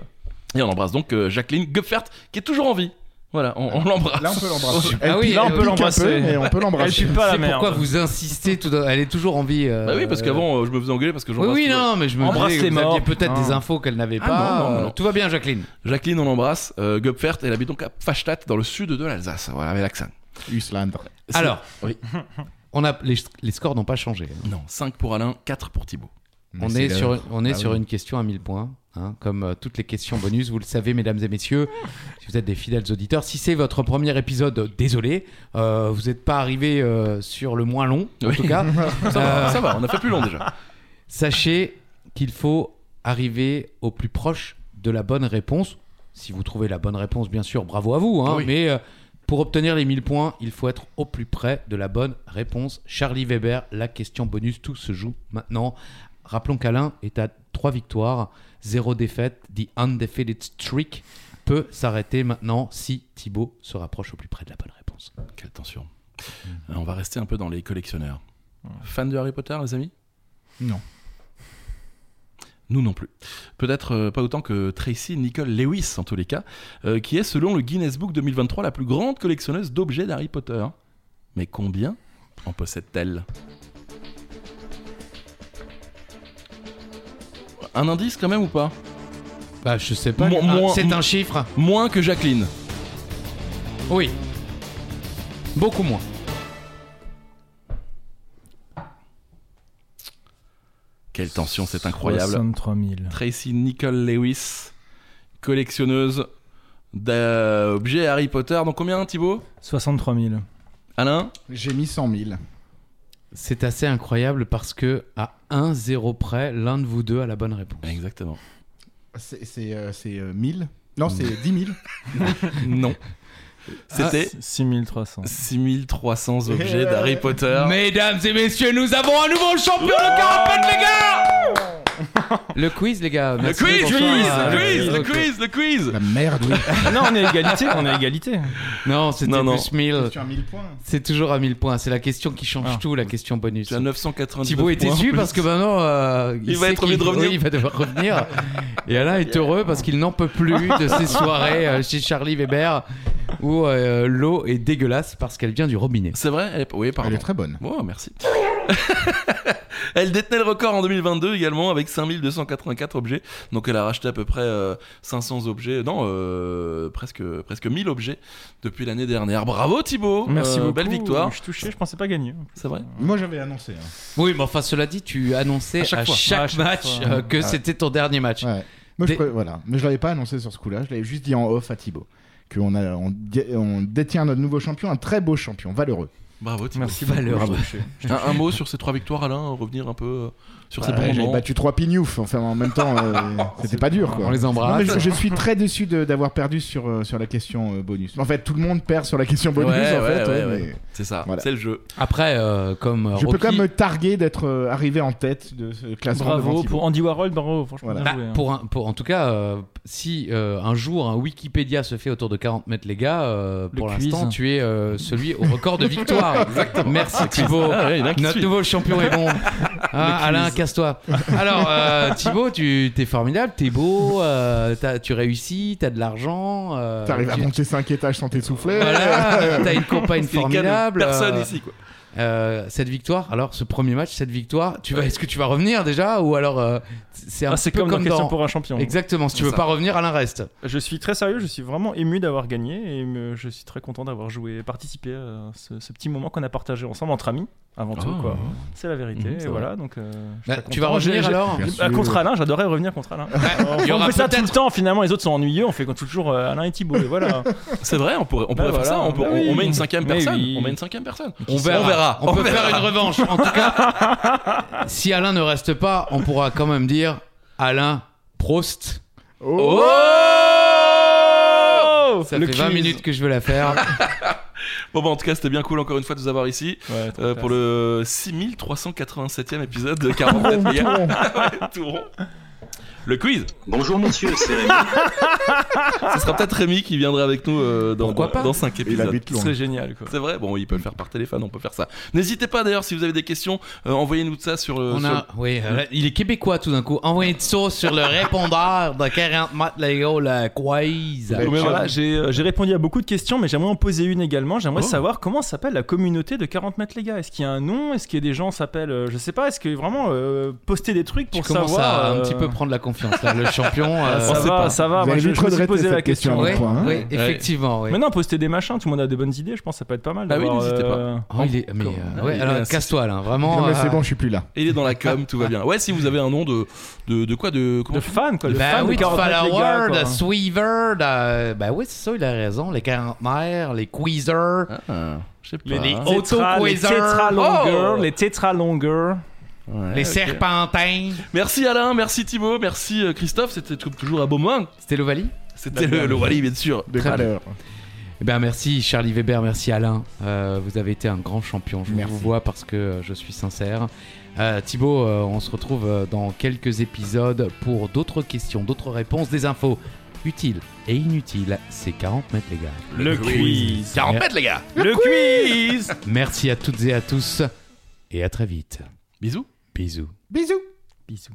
Speaker 1: Et on embrasse donc euh, Jacqueline Gupfert, qui est toujours en vie. Voilà, on, on l'embrasse.
Speaker 5: Là, on peut l'embrasser.
Speaker 3: Ah oui,
Speaker 5: pique-
Speaker 3: là, on
Speaker 5: elle
Speaker 4: peut
Speaker 5: pique un
Speaker 4: l'embrasser.
Speaker 5: peu, mais on peut
Speaker 4: Elle
Speaker 5: l'embrasser.
Speaker 4: pue pas la
Speaker 3: C'est
Speaker 4: merde.
Speaker 3: pourquoi vous insistez tout dans- Elle est toujours en vie. euh,
Speaker 1: Bah oui, parce qu'avant, euh, je me faisais engueuler parce que
Speaker 3: Oui,
Speaker 1: j'embrasse.
Speaker 3: oui,
Speaker 1: toujours.
Speaker 3: non, mais je me
Speaker 4: Embrasse
Speaker 3: disais
Speaker 4: les
Speaker 3: que vous aviez
Speaker 4: morts,
Speaker 3: peut-être
Speaker 4: putain.
Speaker 3: des infos qu'elle n'avait
Speaker 1: Ah,
Speaker 3: pas.
Speaker 1: non, non,
Speaker 3: euh,
Speaker 1: non.
Speaker 3: Tout va bien, Jacqueline.
Speaker 1: Jacqueline, on l'embrasse. Euh, Gupfert, elle habite donc à Pfastatt, dans le sud de l'Alsace. Voilà, avec l'accent.
Speaker 5: Uslandre.
Speaker 1: C'est-
Speaker 3: Alors,
Speaker 1: Oui.
Speaker 3: on a, les, les scores n'ont pas changé. hein.
Speaker 1: Non, 5 pour Alain, 4 pour Thibaut.
Speaker 5: Mais
Speaker 3: On
Speaker 5: c'est
Speaker 3: est,
Speaker 5: l'heure.
Speaker 3: sur, on est
Speaker 5: Ah
Speaker 3: sur
Speaker 5: oui.
Speaker 3: une question à 1000 points, hein, comme euh, toutes les questions bonus, vous le savez, mesdames et messieurs, si vous êtes des fidèles auditeurs. Si c'est votre premier épisode, euh, désolé, euh, vous n'êtes pas arrivé euh, sur le moins long, en
Speaker 1: Oui.
Speaker 3: tout cas.
Speaker 1: Ça va,
Speaker 3: Euh,
Speaker 1: ça va, on a fait plus long déjà.
Speaker 3: Sachez qu'il faut arriver au plus proche de la bonne réponse. Si vous trouvez la bonne réponse, bien sûr, bravo à vous. hein,
Speaker 1: Oui.
Speaker 3: Mais euh, pour obtenir les 1000 points, il faut être au plus près de la bonne réponse. Charlie Weber, la question bonus, tout se joue maintenant. Rappelons qu'Alain est à 3 victoires, 0 défaite. The undefeated streak peut s'arrêter maintenant si Thibaut se rapproche au plus près de la bonne réponse.
Speaker 1: Quelle tension. Euh, On va rester un peu dans les collectionneurs. Fan de Harry Potter, les amis
Speaker 5: Non.
Speaker 1: Nous non plus. Peut-être euh, pas autant que Tracy Nicole Lewis, en tous les cas, euh, qui est, selon le Guinness Book 2023, la plus grande collectionneuse d'objets d'Harry Potter. Mais combien en possède-t-elle Un indice quand même ou pas
Speaker 3: Bah, je sais pas.
Speaker 1: Mo-
Speaker 3: Ah,
Speaker 1: moins-
Speaker 3: C'est
Speaker 1: mo-
Speaker 3: un chiffre
Speaker 1: Moins que Jacqueline.
Speaker 3: Oui. Beaucoup moins.
Speaker 1: Quelle tension, c'est incroyable.
Speaker 4: 63 000.
Speaker 1: Tracy Nicole Lewis, collectionneuse d'objets Harry Potter. Dans combien, Thibaut
Speaker 4: 63 000.
Speaker 1: Alain
Speaker 5: J'ai mis 100 000.
Speaker 3: C'est assez incroyable parce que à 1-0 près, l'un de vous deux a la bonne réponse.
Speaker 1: Exactement.
Speaker 5: C'est c'est, euh, c'est, euh, 1000 Non, c'est 10 000.
Speaker 1: Non.
Speaker 5: Ah.
Speaker 1: C'était
Speaker 4: Ah, 6 300.
Speaker 1: 6300 objets d'Harry Potter.
Speaker 3: Mesdames et messieurs, nous avons un nouveau champion de carapète, les gars Le quiz, les gars.
Speaker 1: Le
Speaker 3: Merci,
Speaker 1: quiz, le
Speaker 3: bonsoir.
Speaker 1: quiz,
Speaker 3: Ah,
Speaker 1: le quiz, le
Speaker 3: ok.
Speaker 1: quiz, le quiz
Speaker 5: La merde, oui.
Speaker 4: non, on est à égalité, on est à égalité.
Speaker 3: Non, c'était
Speaker 1: Non, non.
Speaker 3: plus 1000.
Speaker 5: Ah, tu as 1000 points.
Speaker 3: C'est toujours à 1000 points. C'est la question qui change
Speaker 4: Ah.
Speaker 3: tout, la question bonus.
Speaker 1: Tu as 999
Speaker 3: Thibaut est
Speaker 1: points en
Speaker 3: déçu
Speaker 1: plus.
Speaker 3: parce que maintenant euh,
Speaker 1: Il va
Speaker 3: sait
Speaker 1: être obligé
Speaker 3: qu'il-
Speaker 1: de revenir.
Speaker 3: oui, il va devoir revenir. Et Alain est heureux parce qu'il n'en peut plus de ces soirées euh, chez Charlie Weber où euh, l'eau est dégueulasse parce qu'elle vient du robinet.
Speaker 1: C'est vrai Elle est- Oui,
Speaker 5: Elle
Speaker 1: pardon.
Speaker 5: est très bonne.
Speaker 1: Bon, merci. elle détenait le record en 2022 également avec 5284 objets. Donc elle a racheté à peu près euh, 500 objets, non, euh, presque, presque 1000 objets depuis l'année dernière. Bravo Thibaut
Speaker 4: Merci
Speaker 1: Euh,
Speaker 4: beaucoup.
Speaker 1: Belle victoire,
Speaker 4: Je suis touché, je pensais pas gagner.
Speaker 1: c'est vrai
Speaker 5: Moi, j'avais annoncé. hein.
Speaker 3: Oui, mais enfin, cela dit, tu annonçais à chaque,
Speaker 4: chaque fois. Ouais, à chaque
Speaker 3: match
Speaker 4: fois.
Speaker 3: euh, que c'était ton dernier match.
Speaker 5: Ouais. Moi, je
Speaker 3: Des-
Speaker 5: pré- voilà. Mais je l'avais pas annoncé sur ce coup-là. Je l'avais juste dit en off à Thibaut. Qu'on a, on, dé- on détient notre nouveau champion, un très beau champion, valeureux.
Speaker 1: Bravo Thibaut.
Speaker 4: Merci
Speaker 3: Valeur.
Speaker 4: beaucoup.
Speaker 1: Un, un mot sur ces trois victoires Alain, revenir un peu euh, sur ces
Speaker 5: Bah,
Speaker 1: bons
Speaker 5: J'avais
Speaker 1: moments.
Speaker 5: battu trois pignoufs. Enfin, en même temps, euh, c'était pas dur. Quoi.
Speaker 3: On les
Speaker 5: Non, mais
Speaker 3: embrasse.
Speaker 5: je, je suis très déçu de- d'avoir perdu sur, euh, sur la question euh, bonus. En fait, tout le monde perd sur la question bonus.
Speaker 1: Ouais,
Speaker 5: en
Speaker 1: ouais,
Speaker 5: fait,
Speaker 1: ouais,
Speaker 5: ouais,
Speaker 1: ouais.
Speaker 5: mais
Speaker 1: C'est ça,
Speaker 5: Voilà.
Speaker 1: c'est le jeu.
Speaker 3: Après, euh, comme euh,
Speaker 5: Je peux
Speaker 3: Rocky,
Speaker 5: quand même me targuer d'être euh, arrivé en tête de ce classement. devant
Speaker 4: Bravo
Speaker 5: Thibaut.
Speaker 4: pour Andy Warhol, bravo, franchement.
Speaker 5: Voilà.
Speaker 4: bien
Speaker 3: bah,
Speaker 4: joué, hein.
Speaker 3: pour un, pour, en tout cas, euh, si euh, un jour un Wikipédia se fait autour de 40 mètres, les gars, euh,
Speaker 4: Le
Speaker 3: pour
Speaker 4: quiz.
Speaker 3: l'instant, tu es euh, celui au record de victoire. Merci Thibaut.
Speaker 1: Ah ouais, il y en a un qui
Speaker 3: Notre
Speaker 1: suit.
Speaker 3: nouveau champion est bon. Ah, Alain, casse-toi. Alors, euh, Thibaut, tu t'es formidable, t'es beau, euh, t'as- tu réussis, t'as de l'argent. euh,
Speaker 5: T'arrives à
Speaker 3: tu-
Speaker 5: monter 5 étages sans t'essouffler.
Speaker 3: Voilà, t'as une compagne
Speaker 1: Parce qu'il y a quand même
Speaker 3: formidable.
Speaker 1: Personne
Speaker 3: euh,
Speaker 1: ici quoi.
Speaker 3: euh, cette victoire, alors ce premier match, cette victoire, tu vas, est-ce que tu vas revenir déjà ou alors euh, c'est un
Speaker 4: Ah, c'est
Speaker 3: peu
Speaker 4: comme,
Speaker 3: comme
Speaker 4: dans Question
Speaker 3: dans-
Speaker 4: pour un champion.
Speaker 3: Exactement, si tu veux
Speaker 1: Ça.
Speaker 3: pas revenir, Alain reste.
Speaker 4: Je suis très sérieux, je suis vraiment ému d'avoir gagné et me- je suis très content d'avoir joué, participé à ce, ce petit moment qu'on a partagé ensemble entre amis, avant tout
Speaker 1: Oh.
Speaker 4: quoi. C'est la vérité.
Speaker 1: Mhm, c'est
Speaker 4: et voilà, donc. euh, je suis
Speaker 3: Bah,
Speaker 4: très
Speaker 3: tu vas
Speaker 4: content.
Speaker 3: revenir
Speaker 4: J'ai-
Speaker 3: alors
Speaker 4: j'ai-
Speaker 5: Bien
Speaker 4: Ah,
Speaker 5: sûr.
Speaker 4: contre Alain, j'adorais revenir contre Alain.
Speaker 3: il y
Speaker 4: on
Speaker 3: aura
Speaker 4: fait ça tout le
Speaker 3: peut-être
Speaker 4: temps, finalement, les autres sont ennuyeux, on fait toujours euh, Alain et Thibaut, et voilà.
Speaker 1: C'est vrai, on pourrait, on
Speaker 4: Bah
Speaker 1: pourrait faire
Speaker 4: voilà,
Speaker 1: ça. On, peut-
Speaker 4: bah
Speaker 1: on- on
Speaker 4: oui.
Speaker 1: met une cinquième
Speaker 4: Mais
Speaker 1: personne.
Speaker 4: oui.
Speaker 1: On met une cinquième personne.
Speaker 3: on verra.
Speaker 1: On verra.
Speaker 3: On,
Speaker 1: On
Speaker 3: peut
Speaker 1: verra.
Speaker 3: faire une revanche. En tout cas, si Alain ne reste pas, on pourra quand même dire Alain Prost.
Speaker 5: Oh
Speaker 4: Oh
Speaker 3: Ça
Speaker 4: Le
Speaker 3: fait 20
Speaker 4: quiz.
Speaker 3: minutes que je veux la faire.
Speaker 1: Bon, bah, en tout cas, c'était bien cool encore une fois de vous avoir ici
Speaker 4: Ouais, trop
Speaker 1: euh, pour
Speaker 4: classe.
Speaker 1: le 6387e épisode de 47 les gars. Ouais, tout rond. le quiz.
Speaker 6: Bonjour messieurs, c'est Rémi.
Speaker 1: Ce sera peut-être Rémi qui viendra avec nous euh, dans,
Speaker 3: Pourquoi
Speaker 1: dans-
Speaker 3: pas
Speaker 1: dans 5
Speaker 5: Il
Speaker 1: épisodes.
Speaker 5: habite
Speaker 4: Ce
Speaker 5: loin.
Speaker 4: serait génial, quoi.
Speaker 1: C'est vrai Bon, il peut le faire par téléphone, on peut faire ça. N'hésitez pas d'ailleurs, si vous avez des questions, euh, envoyez-nous ça sur le.
Speaker 3: On
Speaker 1: sur-
Speaker 3: a, oui, euh, il est québécois tout d'un coup. Envoyez de ça sur le répondeur de 40 mètres, les gars, le quiz.
Speaker 5: Ouais.
Speaker 4: Mais
Speaker 5: Ciao.
Speaker 4: voilà, j'ai euh, j'ai répondu à beaucoup de questions, mais j'aimerais en poser une également. J'aimerais
Speaker 1: Oh.
Speaker 4: savoir comment s'appelle la communauté de 40 mètres, les gars. Est-ce qu'il y a un nom Est-ce qu'il y a des gens s'appellent euh, Je sais pas. Est-ce que vraiment euh, poster des trucs
Speaker 3: Tu
Speaker 4: pour
Speaker 3: commences
Speaker 4: savoir
Speaker 3: à un
Speaker 4: euh,
Speaker 3: petit peu prendre la confiance, là, le champion.
Speaker 4: ah,
Speaker 3: euh,
Speaker 4: ça,
Speaker 3: on sait
Speaker 4: va,
Speaker 3: pas.
Speaker 4: ça va,
Speaker 5: Vous
Speaker 4: Moi,
Speaker 5: avez
Speaker 4: je,
Speaker 5: vite
Speaker 4: je me suis
Speaker 5: regretté
Speaker 4: posé
Speaker 5: cette
Speaker 4: la question.
Speaker 5: question.
Speaker 3: Ouais,
Speaker 5: point, hein.
Speaker 3: ouais, effectivement. ouais. Bah
Speaker 4: Maintenant, poster des machins, tout le monde a des bonnes idées. Je pense que ça peut être pas mal.
Speaker 1: Ah oui,
Speaker 4: d'avoir,
Speaker 1: n'hésitez pas.
Speaker 4: euh,
Speaker 3: Oh, il est- mais, euh, ouais,
Speaker 1: Il est
Speaker 3: alors,
Speaker 1: insistant.
Speaker 3: casse-toi là, vraiment.
Speaker 5: Non, mais c'est
Speaker 3: euh,
Speaker 5: bon, je suis plus là.
Speaker 1: Et il est dans la com, tout va bien. Ouais, si vous avez un nom de. de, de quoi De. comment-
Speaker 4: De fan, quoi. De
Speaker 3: bah
Speaker 4: fan
Speaker 3: oui,
Speaker 4: de
Speaker 3: de
Speaker 4: 40 mètres, les gars,
Speaker 3: follower,
Speaker 4: quoi.
Speaker 3: de suiver, de... Bah oui, c'est ça, il a raison. Les quarantenaires, les queezers.
Speaker 1: Ah, je sais pas.
Speaker 4: Les, les
Speaker 1: Ouais,
Speaker 4: tétra- les
Speaker 3: Auto-quasar.
Speaker 4: tétralongueurs,
Speaker 3: Oh.
Speaker 4: les tétralongueurs.
Speaker 3: Les
Speaker 1: ok.
Speaker 3: serpentins.
Speaker 1: Merci Alain, merci Thibaut, merci euh, Christophe, c'était tou- toujours un beau moment.
Speaker 3: C'était l'Ovalie
Speaker 1: C'était le, le Wally, bien sûr.
Speaker 5: De
Speaker 3: Très
Speaker 5: valeur.
Speaker 3: Eh ben merci Charlie Weber, merci Alain. Euh, vous avez été un grand champion. Je
Speaker 5: Merci.
Speaker 3: vous vois parce que euh, je suis sincère. Euh, Thibaut, euh, on se retrouve euh, dans quelques épisodes pour d'autres questions, d'autres réponses, des infos utiles et inutiles. C'est 40 mètres les gars.
Speaker 4: Le quiz.
Speaker 1: 40 mètres, les gars
Speaker 4: Le quiz
Speaker 3: Merci à toutes et à tous et à très vite.
Speaker 1: Bisous
Speaker 3: Bisous.
Speaker 5: Bisous.
Speaker 4: Bisous.